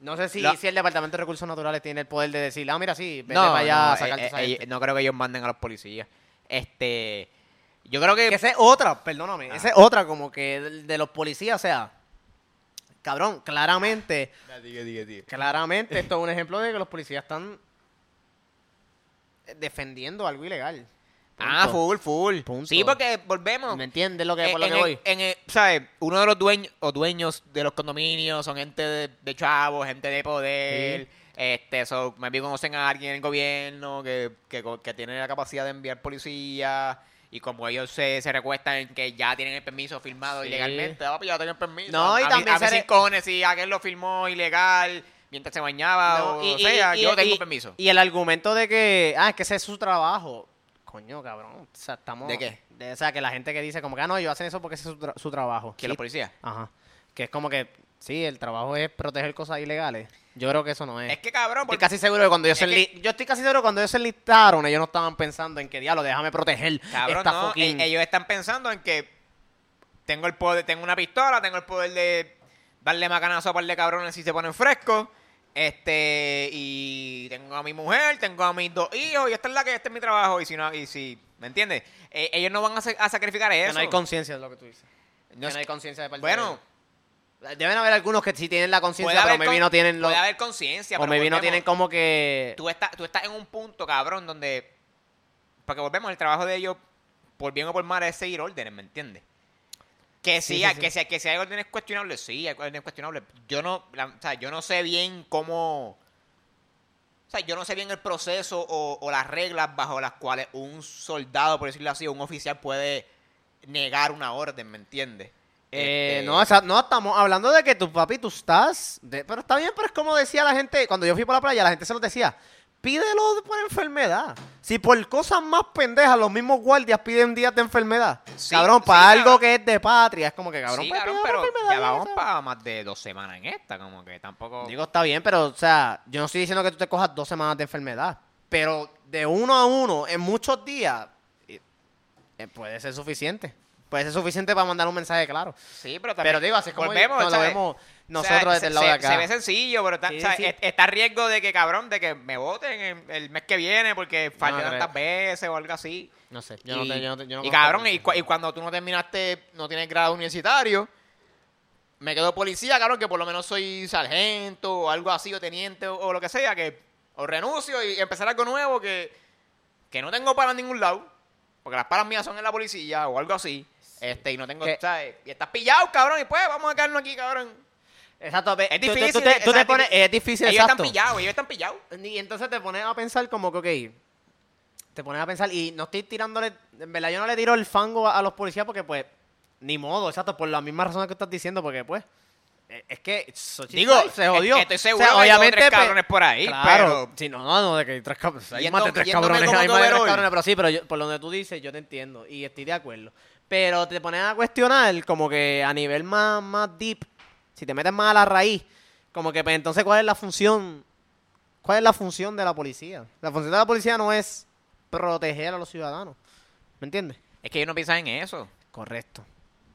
Speaker 2: No sé, No sé si,
Speaker 1: lo-
Speaker 2: si el Departamento de Recursos Naturales tiene el poder de decir, ah, mira, sí, vete
Speaker 1: No,
Speaker 2: para allá
Speaker 1: no,
Speaker 2: a sacarte
Speaker 1: eh,
Speaker 2: esa
Speaker 1: eh,
Speaker 2: gente".
Speaker 1: no creo que ellos manden a los policías. Este, yo creo que...
Speaker 2: Que esa es otra, perdóname,
Speaker 1: Ah.
Speaker 2: esa es otra como que de, de los policías, o sea, cabrón, claramente... Claramente, esto es un ejemplo de que los policías están defendiendo algo ilegal.
Speaker 1: Ah, full,
Speaker 2: Punto.
Speaker 1: full.
Speaker 2: Punto.
Speaker 1: Sí, porque volvemos.
Speaker 2: ¿Me entiendes lo que,
Speaker 1: Eh,
Speaker 2: por lo
Speaker 1: en
Speaker 2: que
Speaker 1: el-
Speaker 2: voy?
Speaker 1: en el- ¿sabes? Uno de los dueños o dueños de los condominios son gente de, de chavos, gente de poder. Este, so, maybe conocen a alguien en el gobierno que, que, co- que tiene la capacidad de enviar policía. Y como ellos se, se recuestan en que ya tienen el permiso firmado
Speaker 2: Sí.
Speaker 1: ilegalmente, ah, pues ya tengo el permiso.
Speaker 2: No, y
Speaker 1: a mí-
Speaker 2: también
Speaker 1: a mí
Speaker 2: se re-
Speaker 1: Ciscones, si aquel lo firmó ilegal mientras se bañaba
Speaker 2: No,
Speaker 1: Ah, o,
Speaker 2: y- y-
Speaker 1: sea,
Speaker 2: y-
Speaker 1: yo tengo
Speaker 2: y-
Speaker 1: permiso.
Speaker 2: Y el argumento de que, ah, es que ese es su trabajo. Coño, cabrón. O sea, estamos.
Speaker 1: ¿De qué?
Speaker 2: de- o sea, que la gente que dice, como que, ah, no, ellos hacen eso porque ese es su, tra- su trabajo.
Speaker 1: que los
Speaker 2: Sí.
Speaker 1: policías.
Speaker 2: Ajá. Que es como que, sí, el trabajo es proteger cosas ilegales. Yo creo que eso no Eh. es.
Speaker 1: Es que cabrón,
Speaker 2: Estoy
Speaker 1: porque
Speaker 2: casi seguro que cuando ellos
Speaker 1: es
Speaker 2: se enli- Yo estoy casi seguro que cuando ellos se enlistaron, ellos no estaban pensando en que diablo, déjame proteger.
Speaker 1: Cabrón,
Speaker 2: esta
Speaker 1: no,
Speaker 2: fucking-".
Speaker 1: e- ellos están pensando en que tengo el poder, tengo una pistola, tengo el poder de darle macanazo a par de cabrones si se ponen frescos. Este, y tengo a mi mujer, tengo a mis dos hijos, y esta es la que este es mi trabajo, y si no, y si, ¿me entiendes? Eh, ellos no van a, sa- a sacrificar
Speaker 2: Que
Speaker 1: eso.
Speaker 2: no hay conciencia de lo que tú dices.
Speaker 1: No
Speaker 2: que
Speaker 1: es-
Speaker 2: no hay conciencia de parte
Speaker 1: bueno,
Speaker 2: de ellos. Deben haber algunos que sí tienen la
Speaker 1: puede
Speaker 2: conciencia, pero
Speaker 1: haber,
Speaker 2: maybe
Speaker 1: con-
Speaker 2: no tienen lo.
Speaker 1: puede haber conciencia,
Speaker 2: O
Speaker 1: pero
Speaker 2: maybe no
Speaker 1: volvemos.
Speaker 2: tienen como que.
Speaker 1: tú estás, tú estás en un punto, cabrón, donde. Porque volvemos, el trabajo de ellos, por bien o por mal, es seguir órdenes, ¿me entiendes? Que
Speaker 2: Sí,
Speaker 1: sí,
Speaker 2: sí,
Speaker 1: hay-
Speaker 2: sí.
Speaker 1: Que, si, que si hay órdenes cuestionables, sí, hay órdenes cuestionables. Yo no, la- o sea, yo no sé bien cómo. O sea, yo no sé bien el proceso o, o las reglas bajo las cuales un soldado, por decirlo así, o un oficial puede negar una orden, ¿me entiendes?
Speaker 2: Eh,
Speaker 1: Este,
Speaker 2: no, esa- no, estamos hablando de que tu papi, tú estás. de- pero está bien, pero es como decía la gente, cuando yo fui por la playa, la gente se lo decía. Pídelo por enfermedad. Si por cosas más pendejas los mismos guardias piden días de enfermedad.
Speaker 1: Sí,
Speaker 2: cabrón,
Speaker 1: sí,
Speaker 2: para algo
Speaker 1: cabrón.
Speaker 2: que es de patria. Es como que, cabrón,
Speaker 1: sí,
Speaker 2: pues,
Speaker 1: cabrón,
Speaker 2: pídelo
Speaker 1: pero
Speaker 2: por enfermedad,
Speaker 1: ya vamos
Speaker 2: ¿sabes?
Speaker 1: para más de dos semanas en esta, como que tampoco.
Speaker 2: Digo, está bien, pero, o sea, yo no estoy diciendo que tú te cojas dos semanas de enfermedad. Pero de uno a uno, en muchos días, eh, eh, puede ser suficiente. Puede ser suficiente para mandar un mensaje claro.
Speaker 1: sí, pero también.
Speaker 2: Pero digo, así es como
Speaker 1: volvemos,
Speaker 2: yo- no, lo
Speaker 1: ¿sabes?
Speaker 2: vemos
Speaker 1: O sea,
Speaker 2: nosotros desde
Speaker 1: se-
Speaker 2: el lado de
Speaker 1: se-
Speaker 2: acá.
Speaker 1: Se ve sencillo, pero está,
Speaker 2: Sí,
Speaker 1: o sea,
Speaker 2: sí.
Speaker 1: es- está riesgo de que, cabrón, de que me voten el, el mes que viene porque falló
Speaker 2: creo.
Speaker 1: tantas veces o algo así.
Speaker 2: No sé,
Speaker 1: y,
Speaker 2: yo no te- yo no te- yo no
Speaker 1: y
Speaker 2: conozco
Speaker 1: cabrón,
Speaker 2: mucho.
Speaker 1: y, cu- y cuando tú no terminaste, no tienes grado universitario, me quedo policía, cabrón, que por lo menos soy sargento o algo así, o teniente o, o lo que sea, que o renuncio y empezar algo nuevo que, que no tengo para ningún lado, porque las palas mías son en la policía o algo así. Este, y no tengo,
Speaker 2: Que-
Speaker 1: ¿sabes? Y estás pillado, cabrón, y pues vamos a quedarnos aquí, cabrón.
Speaker 2: Exacto, ve,
Speaker 1: Es
Speaker 2: tú- tú-
Speaker 1: difícil,
Speaker 2: tú te- tú te
Speaker 1: exacto,
Speaker 2: pones-
Speaker 1: es
Speaker 2: es difícil,
Speaker 1: ellos
Speaker 2: exacto.
Speaker 1: están pillados, ellos están pillados.
Speaker 2: Y entonces te pones a pensar como que, ok, te pones a pensar, y no estoy tirándole, en verdad yo no le tiro el fango a, a los policías porque pues, ni modo, exacto, por la misma razón que estás diciendo, porque pues, eh, es que, so-
Speaker 1: Digo,
Speaker 2: se jodió.
Speaker 1: es que estoy
Speaker 2: O sea,
Speaker 1: seguro que hay dos o tres
Speaker 2: pe-
Speaker 1: cabrones por ahí,
Speaker 2: claro,
Speaker 1: pero-
Speaker 2: sí, no, no, no, de que hay tres cabrones, hay
Speaker 1: Yendo-
Speaker 2: más de tres
Speaker 1: yéndome
Speaker 2: cabrones,
Speaker 1: como
Speaker 2: hay más de tres
Speaker 1: Toverol.
Speaker 2: cabrones, pero sí, pero yo- por donde tú dices, yo te entiendo, y estoy de acuerdo. Pero te pones a cuestionar como que a nivel más, más deep, si te metes más a la raíz, como que pues, entonces cuál es la función ¿Cuál es la función de la policía? La función de la policía no es proteger a los ciudadanos. ¿Me entiendes?
Speaker 1: Es que ellos no piensan en eso.
Speaker 2: Correcto.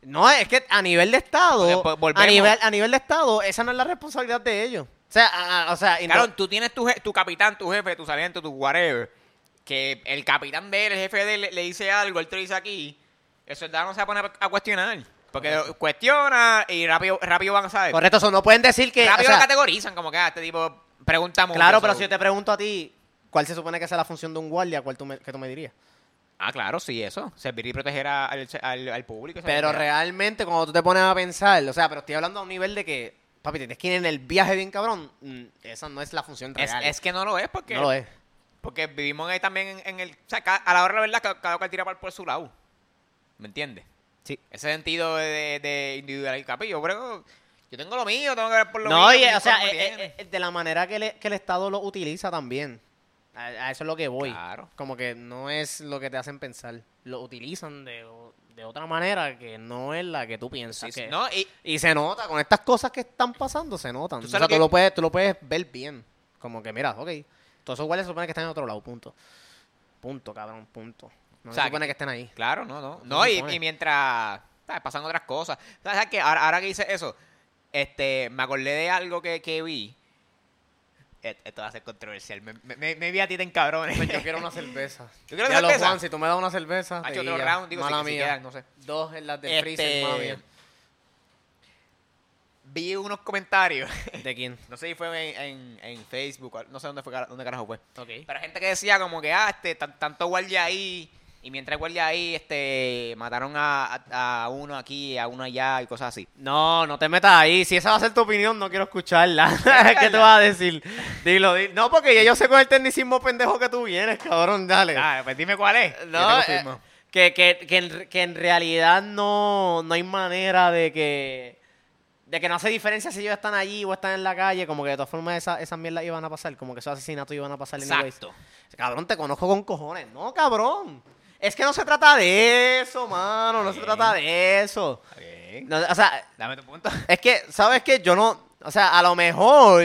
Speaker 2: No, es que a nivel de Estado,
Speaker 1: Porque, pues,
Speaker 2: a nivel,
Speaker 1: volvemos.
Speaker 2: a nivel de Estado, esa no es la responsabilidad de ellos. O sea, a- a- o sea, y no-
Speaker 1: Claro, tú tienes tu, je- tu capitán, tu jefe, tu sargento, tu whatever. Que el capitán de él, el jefe de él, le, le dice algo, él te dice aquí. El soldado no se va a poner a cuestionar. Porque lo cuestiona y rápido, rápido van a saber.
Speaker 2: correcto, eso no pueden decir que... o
Speaker 1: rápido
Speaker 2: sea,
Speaker 1: lo categorizan, como que ah, este tipo pregunta mucho.
Speaker 2: claro, pero
Speaker 1: so-
Speaker 2: si yo te pregunto a ti, ¿cuál se supone que sea la función de un guardia? ¿Cuál tú me, que tú me dirías?
Speaker 1: Ah, claro, sí, eso. Servir y proteger a- al, al- al público.
Speaker 2: Pero
Speaker 1: real
Speaker 2: realmente cuando tú te pones a pensar, o sea, pero estoy hablando a un nivel de que, papi, tienes que ir en el viaje bien cabrón. Mm, Esa no es la función
Speaker 1: es,
Speaker 2: real.
Speaker 1: es que no lo es porque,
Speaker 2: No lo es.
Speaker 1: porque vivimos ahí también en, en el... O sea, ca- a la hora de la verdad, ca- cada cual tira por- por su lado. ¿Me entiendes?
Speaker 2: Sí.
Speaker 1: Ese sentido de, de individualidad. Capi, yo creo yo tengo lo mío, tengo que ver por lo
Speaker 2: no,
Speaker 1: mío.
Speaker 2: y,
Speaker 1: mi
Speaker 2: o sea,
Speaker 1: forma
Speaker 2: eh,
Speaker 1: tiene.
Speaker 2: eh, eh, de la manera que, le- que el Estado lo utiliza también. A, a eso es lo que voy.
Speaker 1: Claro.
Speaker 2: Como que no es lo que te hacen pensar. Lo utilizan de, o- de otra manera que no es la que tú piensas.
Speaker 1: Sí, sí.
Speaker 2: que-
Speaker 1: No, y
Speaker 2: Y se nota, con estas cosas que están pasando, se notan.
Speaker 1: Tú
Speaker 2: O
Speaker 1: sabes
Speaker 2: sea,
Speaker 1: lo
Speaker 2: tú,
Speaker 1: que-
Speaker 2: lo puedes, tú lo puedes ver bien. Como que, mira, ok, todos esos guardias se supone que están en otro lado, punto. Punto, cabrón, punto. No
Speaker 1: O
Speaker 2: se
Speaker 1: sea,
Speaker 2: supone
Speaker 1: que-
Speaker 2: que estén ahí.
Speaker 1: claro, no, no.
Speaker 2: No
Speaker 1: No,
Speaker 2: se
Speaker 1: y,
Speaker 2: supone.
Speaker 1: y mientras ¿sabes? pasan otras cosas. ¿Sabes qué? Ahora, ahora que dices eso, este, me acordé de algo que, que vi. Et- Esto va a ser controversial. Me, me, me- me vi a ti en cabrones.
Speaker 2: Pues Yo quiero una cerveza.
Speaker 1: ¿Yo quiero
Speaker 2: Ya lo,
Speaker 1: cerveza?
Speaker 2: Juan, si tú me das una cerveza.
Speaker 1: Ha
Speaker 2: te
Speaker 1: hecho otro
Speaker 2: guía.
Speaker 1: round, digo, si-
Speaker 2: Mala
Speaker 1: si
Speaker 2: mía.
Speaker 1: quedan, no sé.
Speaker 2: Dos en las del
Speaker 1: Este,
Speaker 2: freezer, mala mía.
Speaker 1: Vi unos comentarios.
Speaker 2: ¿De quién?
Speaker 1: No sé si fue en, en- en Facebook, o no sé dónde fue, cara- dónde carajo fue.
Speaker 2: Ok.
Speaker 1: Pero gente que decía como que, ah, este, tan- tanto guardia ahí, y mientras guardia ahí, este, mataron a, a- a uno aquí, a uno allá, y cosas así.
Speaker 2: No, no te metas ahí. Si esa va a ser tu opinión, no quiero escucharla. ¿Qué te vas a decir? Dilo, dilo. No, porque ya yo sé con el tecnicismo pendejo que tú vienes, cabrón, dale.
Speaker 1: Ah, pues dime cuál es.
Speaker 2: no, eh, que, que, que, en, que en realidad no, no hay manera de que... De que no hace diferencia si ellos están allí o están en la calle, como que de todas formas esa- esas mierdas iban a pasar, como que esos asesinatos iban a pasar. anyways.
Speaker 1: Exacto.
Speaker 2: Cabrón, te conozco con cojones. No, cabrón. Es que no se trata de eso, mano. No se
Speaker 1: Bien.
Speaker 2: trata de eso.
Speaker 1: Está bien.
Speaker 2: No, o sea,
Speaker 1: Dame tu punto.
Speaker 2: es que, ¿sabes qué? Yo no. O sea, a lo mejor.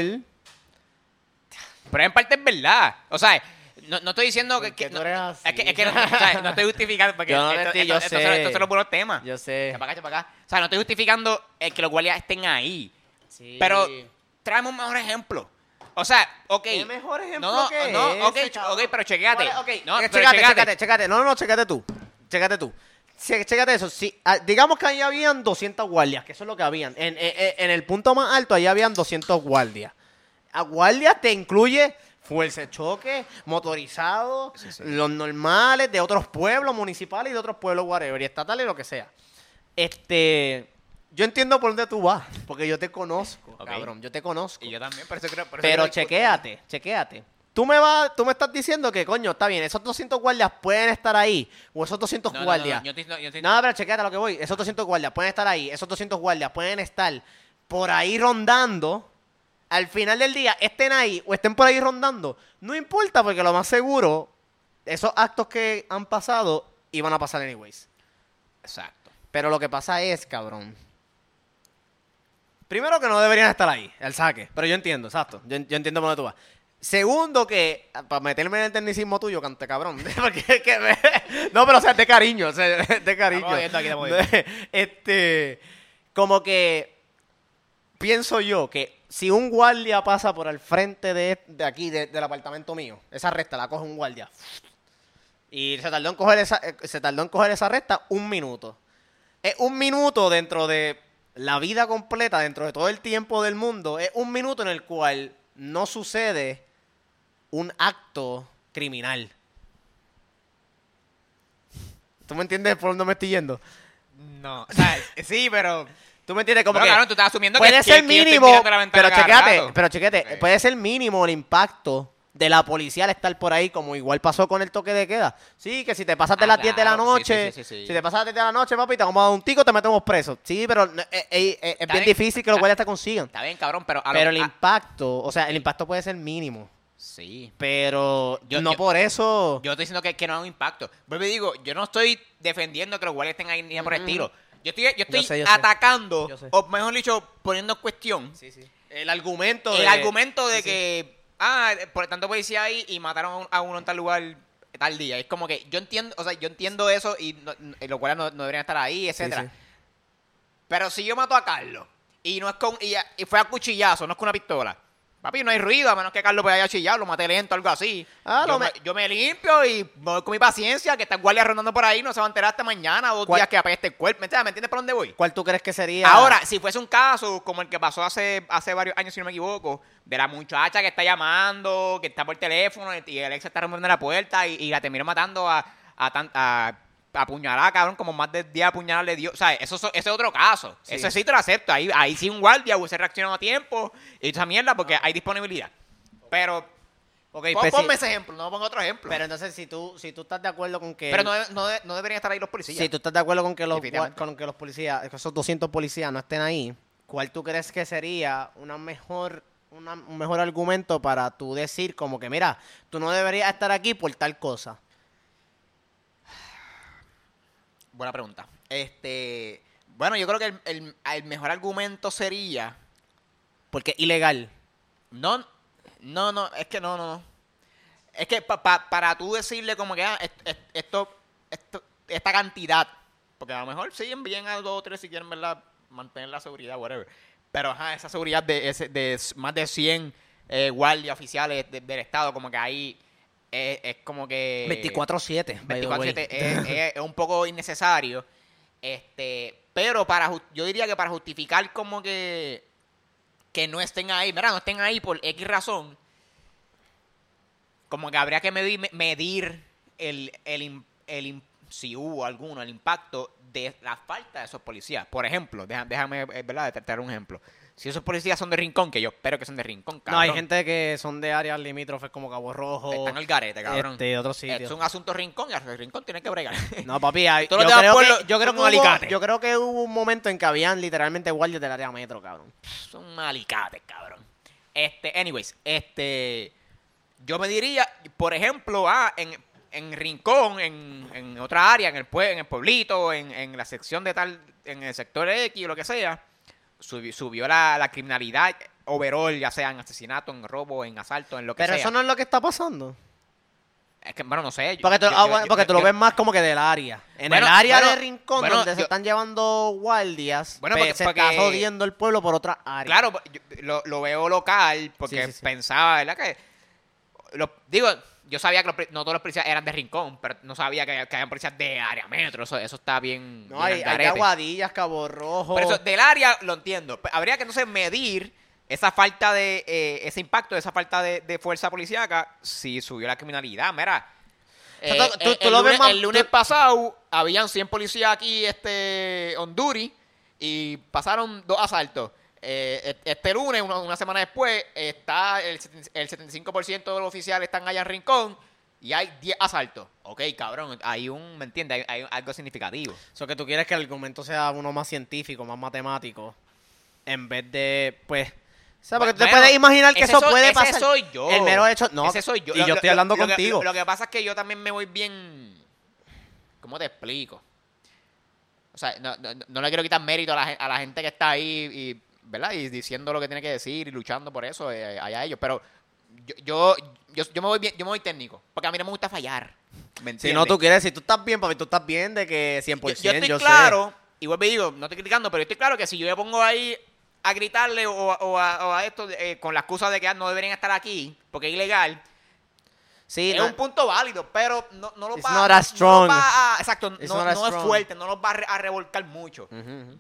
Speaker 1: Pero en parte es verdad. O sea, no, no estoy diciendo que.
Speaker 2: ¿Por qué
Speaker 1: que-
Speaker 2: tú
Speaker 1: no,
Speaker 2: eres así?
Speaker 1: Es que, es que no, o sea, no estoy justificando. Porque
Speaker 2: Yo no te
Speaker 1: esto-
Speaker 2: estoy-
Speaker 1: esto-
Speaker 2: yo
Speaker 1: estos son-
Speaker 2: sé.
Speaker 1: estos son los buenos temas.
Speaker 2: Yo sé.
Speaker 1: Echa para acá, echa para acá. O sea, no estoy justificando el que los guardias estén ahí. Pero tráeme un mejor ejemplo. O sea, ok.
Speaker 2: ¿Qué mejor ejemplo
Speaker 1: no,
Speaker 2: que
Speaker 1: no,
Speaker 2: ese,
Speaker 1: ok, ch-
Speaker 2: cabrón?
Speaker 1: ok, pero chequeate.
Speaker 2: ¿Cuál es? Ok,
Speaker 1: No,
Speaker 2: eh,
Speaker 1: pero
Speaker 2: chécate,
Speaker 1: chequéate.
Speaker 2: chécate, chécate. No, no, no, chécate tú. Chécate tú. Che- Chécate eso. Si, ah, digamos que ahí habían 200 guardias, que eso es lo que habían. En, en- en- en el punto más alto, ahí habían 200 guardias. A guardias te incluye fuerza de choque, motorizados, los normales, de otros pueblos municipales y de otros pueblos, whatever, y estatales, lo que sea. Este. Yo entiendo por dónde tú vas, porque yo te conozco,
Speaker 1: Ok.
Speaker 2: cabrón, yo te conozco.
Speaker 1: Y yo también, por eso creo. por eso
Speaker 2: Pero
Speaker 1: creo que-
Speaker 2: chequéate, chequéate. Tú me, vas, tú me estás diciendo que, coño, está bien, esos 200 guardias pueden estar ahí, o esos 200
Speaker 1: No, no, no,
Speaker 2: guardias.
Speaker 1: no, yo estoy- no, yo estoy-
Speaker 2: No, pero chequéate a lo que voy. Esos 200 guardias pueden estar ahí. Esos 200 guardias pueden estar por ahí rondando. Al final del día, estén ahí o estén por ahí rondando. No importa, porque lo más seguro, esos actos que han pasado iban a pasar anyways.
Speaker 1: Exacto.
Speaker 2: Pero lo que pasa es, cabrón. Primero que no deberían estar ahí, el saque. Pero yo entiendo, exacto. Yo, en- yo entiendo por dónde tú vas. Segundo que, para meterme en el tecnicismo tuyo, cante cabrón. Porque es que me- No, pero o sea, de cariño, o sea, de cariño.
Speaker 1: Estamos viendo aquí, estamos viendo.
Speaker 2: Este, como que pienso yo que si un guardia pasa por el frente de, de aquí, de- del apartamento mío, esa recta la coge un guardia. Y se tardó en coger esa, eh, se tardó en coger esa recta un minuto. Es un minuto dentro de la vida completa, dentro de todo el tiempo del mundo. Es un minuto en el cual no sucede un acto criminal. ¿Tú me entiendes por dónde me estoy yendo?
Speaker 1: No. O sea, sí, pero.
Speaker 2: ¿Tú me entiendes? Como
Speaker 1: Pero,
Speaker 2: que
Speaker 1: cabrón, tú estás asumiendo que-
Speaker 2: puede
Speaker 1: que-
Speaker 2: ser
Speaker 1: que yo estoy
Speaker 2: mínimo,
Speaker 1: mirando la ventana
Speaker 2: pero
Speaker 1: cada
Speaker 2: chequéate,
Speaker 1: rato.
Speaker 2: pero chequéate,
Speaker 1: Ok.
Speaker 2: puede ser mínimo el impacto de la policía al estar por ahí, como igual pasó con el toque de queda. Sí, que si te pasas de
Speaker 1: Ah,
Speaker 2: las 10 de la
Speaker 1: claro, sí,
Speaker 2: noche,
Speaker 1: sí, sí, sí, sí.
Speaker 2: si te pasas de las 10 de la noche, papi, te vamos a dar un tico, te metemos preso. Sí, pero no- eh, eh, eh, es
Speaker 1: Está
Speaker 2: bien
Speaker 1: bien.
Speaker 2: difícil que los
Speaker 1: Está-
Speaker 2: guardias te consigan.
Speaker 1: Está bien, Ah. cabrón, pero. a lo-
Speaker 2: Pero el
Speaker 1: a-
Speaker 2: impacto, o sea, el impacto puede ser mínimo,
Speaker 1: Sí.
Speaker 2: pero
Speaker 1: Yo-
Speaker 2: no
Speaker 1: yo-
Speaker 2: por eso...
Speaker 1: Yo estoy diciendo que, que no hago impacto. Vuelvo y digo, yo no estoy defendiendo que los guardias estén ahí ni nada por el estilo. Yo estoy, yo estoy
Speaker 2: sé, yo sé.
Speaker 1: atacando,
Speaker 2: Yo sé.
Speaker 1: o mejor dicho, poniendo en cuestión
Speaker 2: El argumento
Speaker 1: el
Speaker 2: de-
Speaker 1: argumento de
Speaker 2: sí, sí.
Speaker 1: que, ah, por tanto policía ahí y mataron a un- a uno en tal lugar tal día. Es como que yo entiendo, o sea, yo entiendo eso y no- no- los guardias no, no deberían estar ahí, etcétera.
Speaker 2: sí.
Speaker 1: Pero si yo mato a Carlos y no es con y, y fue a cuchillazo, no es con una pistola. Papi, no hay ruido, a menos que Carlos pues haya chillado, lo maté lento, algo así.
Speaker 2: Ah,
Speaker 1: yo,
Speaker 2: lo
Speaker 1: me...
Speaker 2: me-
Speaker 1: yo me limpio y me voy con mi paciencia, que están guardias rondando por ahí, no se va a enterar hasta mañana, dos
Speaker 2: ¿Cuál-
Speaker 1: días que apeste el cuerpo. ¿Me entiendes? ¿Me entiendes por dónde voy?
Speaker 2: ¿Cuál tú crees que sería?
Speaker 1: Ahora, si fuese un caso como el que pasó hace, hace varios años, si no me equivoco, de la muchacha que está llamando, que está por teléfono y el ex está rompiendo la puerta y, y la terminó matando a, a, tan- a, a puñalada, cabrón, como más de 10 puñaladas le dio. O sea, eso, eso es otro caso.
Speaker 2: Sí.
Speaker 1: Eso sí te lo acepto. Ahí, ahí sí un guardia hubiese reaccionado a tiempo y esa mierda porque hay disponibilidad. Pero
Speaker 2: Ok,
Speaker 1: Ah. pon-
Speaker 2: pues sí.
Speaker 1: ponme ese ejemplo, no pongo otro ejemplo. Eh, Pero,
Speaker 2: pero entonces si tú, si tú estás de acuerdo con que...
Speaker 1: no, no, no deberían estar ahí los policías.
Speaker 2: Si tú estás de acuerdo con que los,
Speaker 1: Definitivamente.
Speaker 2: con que los policías, que esos 200 policías no estén ahí, ¿cuál tú crees que sería una mejor, una- un mejor argumento para tú decir como que, mira, tú no deberías estar aquí por tal cosa?
Speaker 1: Buena pregunta. Este, bueno, yo creo que el, el- el mejor argumento sería.
Speaker 2: Porque es ilegal.
Speaker 1: No, no, no, es que no, no, no. Es que pa- pa- para tú decirle como que ah, est- est- esto, esto- esta cantidad, porque a lo mejor siguen bien a dos o tres si quieren ¿verdad? mantener la seguridad, whatever. Pero ajá, esa seguridad de, ese- de s- más de 100 eh, guardias oficiales de- del Estado, como que ahí eh, es, como que...
Speaker 2: 24-7. by the way.
Speaker 1: 24/7 es, eh, es- es un poco innecesario. Este, pero para ju- yo diría que para justificar como que que no estén ahí, mira, no estén ahí por X razón, como que habría que medir, me- medir el, el, im- el im- si hubo alguno, el impacto de la falta de esos policías. Por ejemplo, deja- déjame, eh, ¿verdad?, de tratar un ejemplo. Si esos policías son de rincón, que yo espero que son de rincón,
Speaker 2: No,
Speaker 1: cabrón.
Speaker 2: hay gente que son de áreas limítrofes como Cabo Rojo.
Speaker 1: Están al garete, cabrón.
Speaker 2: Este, otros sitios.
Speaker 1: es un asunto rincón y al rincón tiene que bregar.
Speaker 2: No, papi, hay-
Speaker 1: Tú
Speaker 2: yo,
Speaker 1: lo te vas
Speaker 2: creo
Speaker 1: por
Speaker 2: que,
Speaker 1: lo-
Speaker 2: yo, creo que
Speaker 1: como
Speaker 2: hubo,
Speaker 1: alicate.
Speaker 2: yo creo que hubo un momento en que habían literalmente guardias del área metro, cabrón.
Speaker 1: son alicates, cabrón. Este, anyways, este, yo me diría, por ejemplo, ah, en, en Rincón, en, en otra área, en el, pue- en el pueblito, en, en la sección de tal, en el sector X o lo que sea, subi- subió la, la criminalidad overall, ya sea en asesinato, en robo, en asalto, en lo que
Speaker 2: Pero
Speaker 1: sea.
Speaker 2: eso no es lo que está pasando.
Speaker 1: Es que, bueno, no sé. yo-
Speaker 2: Porque tú,
Speaker 1: yo-
Speaker 2: ah,
Speaker 1: yo-
Speaker 2: bueno,
Speaker 1: yo-
Speaker 2: porque tú lo
Speaker 1: yo-
Speaker 2: ves más como que del área. En
Speaker 1: Bueno,
Speaker 2: el área
Speaker 1: bueno,
Speaker 2: de Rincón,
Speaker 1: bueno,
Speaker 2: donde se
Speaker 1: yo-
Speaker 2: están llevando guardias,
Speaker 1: Bueno,
Speaker 2: pues,
Speaker 1: porque-
Speaker 2: se
Speaker 1: porque-
Speaker 2: está jodiendo el pueblo por otras áreas.
Speaker 1: Claro, pues, yo- lo, lo veo local porque
Speaker 2: Sí, sí, sí.
Speaker 1: pensaba, ¿verdad? Que. lo- digo, yo sabía que los pri- no todos los policías eran de rincón, pero no sabía que, que habían policías de área metro. Eso, eso está bien.
Speaker 2: No,
Speaker 1: bien al
Speaker 2: hay, hay de
Speaker 1: garete.
Speaker 2: aguadillas, Cabo Rojo.
Speaker 1: Por eso, del área lo entiendo. Pe- Habría que entonces medir esa falta de. eh, ese impacto, esa falta de, de fuerza policíaca si subió la criminalidad. Mira.
Speaker 2: sea,
Speaker 1: eh,
Speaker 2: tú- tú-
Speaker 1: eh,
Speaker 2: tú
Speaker 1: el,
Speaker 2: lo ves
Speaker 1: lunes,
Speaker 2: más-
Speaker 1: el lunes
Speaker 2: tú-
Speaker 1: pasado habían 100 policías aquí, este, Honduras, y pasaron dos asaltos. Eh, et- este lunes, una, una semana después, está el, seten- el 75% de los oficiales están allá en Rincón y hay 10 asaltos. Ok, cabrón, hay un, ¿me entiendes? Hay, hay algo significativo.
Speaker 2: Eso que tú quieres que el argumento sea uno más científico, más matemático, en vez de, pues... O sea, porque tú te
Speaker 1: Bueno,
Speaker 2: puedes imaginar que
Speaker 1: ese
Speaker 2: eso
Speaker 1: soy-
Speaker 2: puede
Speaker 1: ese
Speaker 2: pasar.
Speaker 1: soy yo.
Speaker 2: El mero hecho... No,
Speaker 1: Ese soy yo.
Speaker 2: y
Speaker 1: Lo-
Speaker 2: yo
Speaker 1: lo-
Speaker 2: estoy hablando
Speaker 1: lo que-
Speaker 2: contigo.
Speaker 1: lo que pasa es que yo también me voy bien. ¿Cómo te explico? O sea, no, no- no le quiero quitar mérito a la, gen- a la gente que está ahí y, ¿verdad? y diciendo lo que tiene que decir y luchando por eso eh, allá ellos. Pero yo, yo, yo, yo me voy bien, yo me voy técnico. Porque a mí no me gusta fallar. ¿Me entiendes?
Speaker 2: si no, tú quieres, si tú estás bien, papi, tú estás bien de que 100%,
Speaker 1: yo,
Speaker 2: Pues yo,
Speaker 1: yo estoy
Speaker 2: sé.
Speaker 1: claro, y vuelvo y digo, no estoy criticando, pero yo estoy claro que si yo me pongo ahí a gritarle o, o a, o a esto eh, con la excusa de que ah, no deberían estar aquí porque es ilegal,
Speaker 2: Sí,
Speaker 1: es
Speaker 2: no-
Speaker 1: un punto válido, pero no, no lo
Speaker 2: It's
Speaker 1: va,
Speaker 2: not
Speaker 1: no-
Speaker 2: as
Speaker 1: no
Speaker 2: strong.
Speaker 1: va a- exacto, no,
Speaker 2: It's not as
Speaker 1: no es
Speaker 2: strong.
Speaker 1: fuerte, no nos va a, re- a revolcar mucho.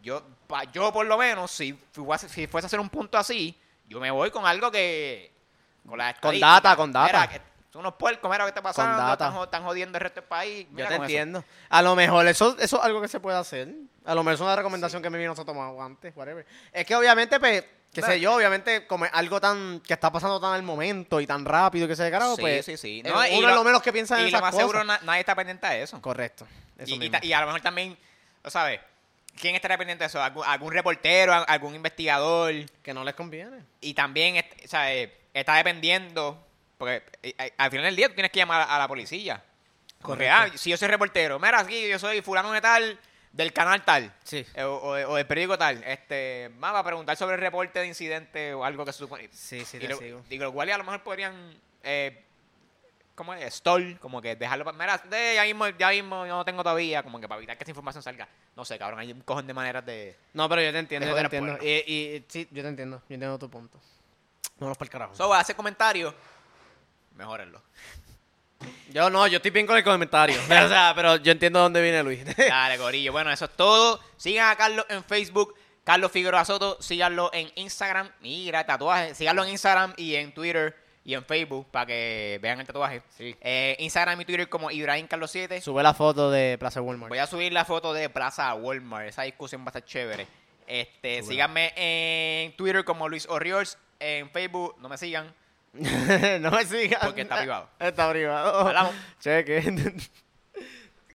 Speaker 1: yo, pa- yo por lo menos, si, fuese, si fuese a hacer un punto así, yo me voy con algo que... Con, la
Speaker 2: Con
Speaker 1: estadística.
Speaker 2: data, con data.
Speaker 1: Mira, que son unos puercos, mira qué está pasando,
Speaker 2: data.
Speaker 1: Están, jo- están jodiendo el resto del país.
Speaker 2: yo
Speaker 1: mira
Speaker 2: te
Speaker 1: con eso.
Speaker 2: entiendo. A lo mejor eso, eso es algo que se puede hacer. A lo mejor es una recomendación que me vino a tomar antes, whatever. Es que obviamente, pues, qué
Speaker 1: Pero-
Speaker 2: sé yo, obviamente, como es algo tan que está pasando tan al momento y tan rápido y que se carajo,
Speaker 1: Sí,
Speaker 2: pues.
Speaker 1: sí, sí.
Speaker 2: eh,
Speaker 1: No, y
Speaker 2: uno
Speaker 1: lo-
Speaker 2: es lo menos que piensa en
Speaker 1: y lo
Speaker 2: esas
Speaker 1: más
Speaker 2: cosas.
Speaker 1: seguro na- nadie está pendiente de eso.
Speaker 2: Correcto. Eso
Speaker 1: y, y
Speaker 2: mismo.
Speaker 1: ta- y a lo mejor también, ¿lo ¿sabes? ¿Quién estará pendiente de eso? ¿Algún, algún reportero? a- ¿Algún investigador?
Speaker 2: que no les conviene.
Speaker 1: Y también, est- ¿sabes? Está dependiendo, porque eh, eh, al final del día tú tienes que llamar a, a la policía. Porque, ah,
Speaker 2: Correcto.
Speaker 1: si yo soy reportero, mira, aquí yo soy fulano de tal, del canal tal.
Speaker 2: Sí.
Speaker 1: eh, O, o de- o del periódico tal, este, más va a preguntar sobre el reporte de incidente o algo que se supone.
Speaker 2: Sí, sí,
Speaker 1: Y
Speaker 2: te
Speaker 1: lo-
Speaker 2: sigo.
Speaker 1: Digo, los guardias a lo mejor podrían. Eh, ¿Cómo es? Stall, como que dejarlo. pa- Mira, de, ya mismo, ya mismo, yo no tengo todavía, como que para evitar que esa información salga. No sé, cabrón, hay un cojón de maneras de.
Speaker 2: No, pero yo te entiendo,
Speaker 1: De
Speaker 2: yo te
Speaker 1: joder al
Speaker 2: entiendo. Y, y- y- sí, yo te entiendo, yo entiendo tu punto. Vámonos para el carajo.
Speaker 1: So, hace comentarios, mejórenlo.
Speaker 2: yo no, yo estoy bien con el comentario. o sea, pero yo entiendo dónde viene Luis.
Speaker 1: Dale, Corillo. Bueno, eso es todo. Sigan a Carlos en Facebook. Carlos Figueroa Soto, síganlo en Instagram. Mira, tatuaje. Síganlo en Instagram y en Twitter y en Facebook para que vean el tatuaje.
Speaker 2: Sí.
Speaker 1: Eh, Instagram y Twitter como Ibrahim Carlos 7.
Speaker 2: Sube la foto de Plaza Walmart.
Speaker 1: Voy a subir la foto de Plaza Walmart. Esa discusión va a estar chévere. Este,
Speaker 2: Súbela.
Speaker 1: síganme en Twitter como Luis Orriols. En Facebook, no me sigan.
Speaker 2: no me sigas.
Speaker 1: Porque está privado.
Speaker 2: Está privado.
Speaker 1: Hablamos.
Speaker 2: Cheque.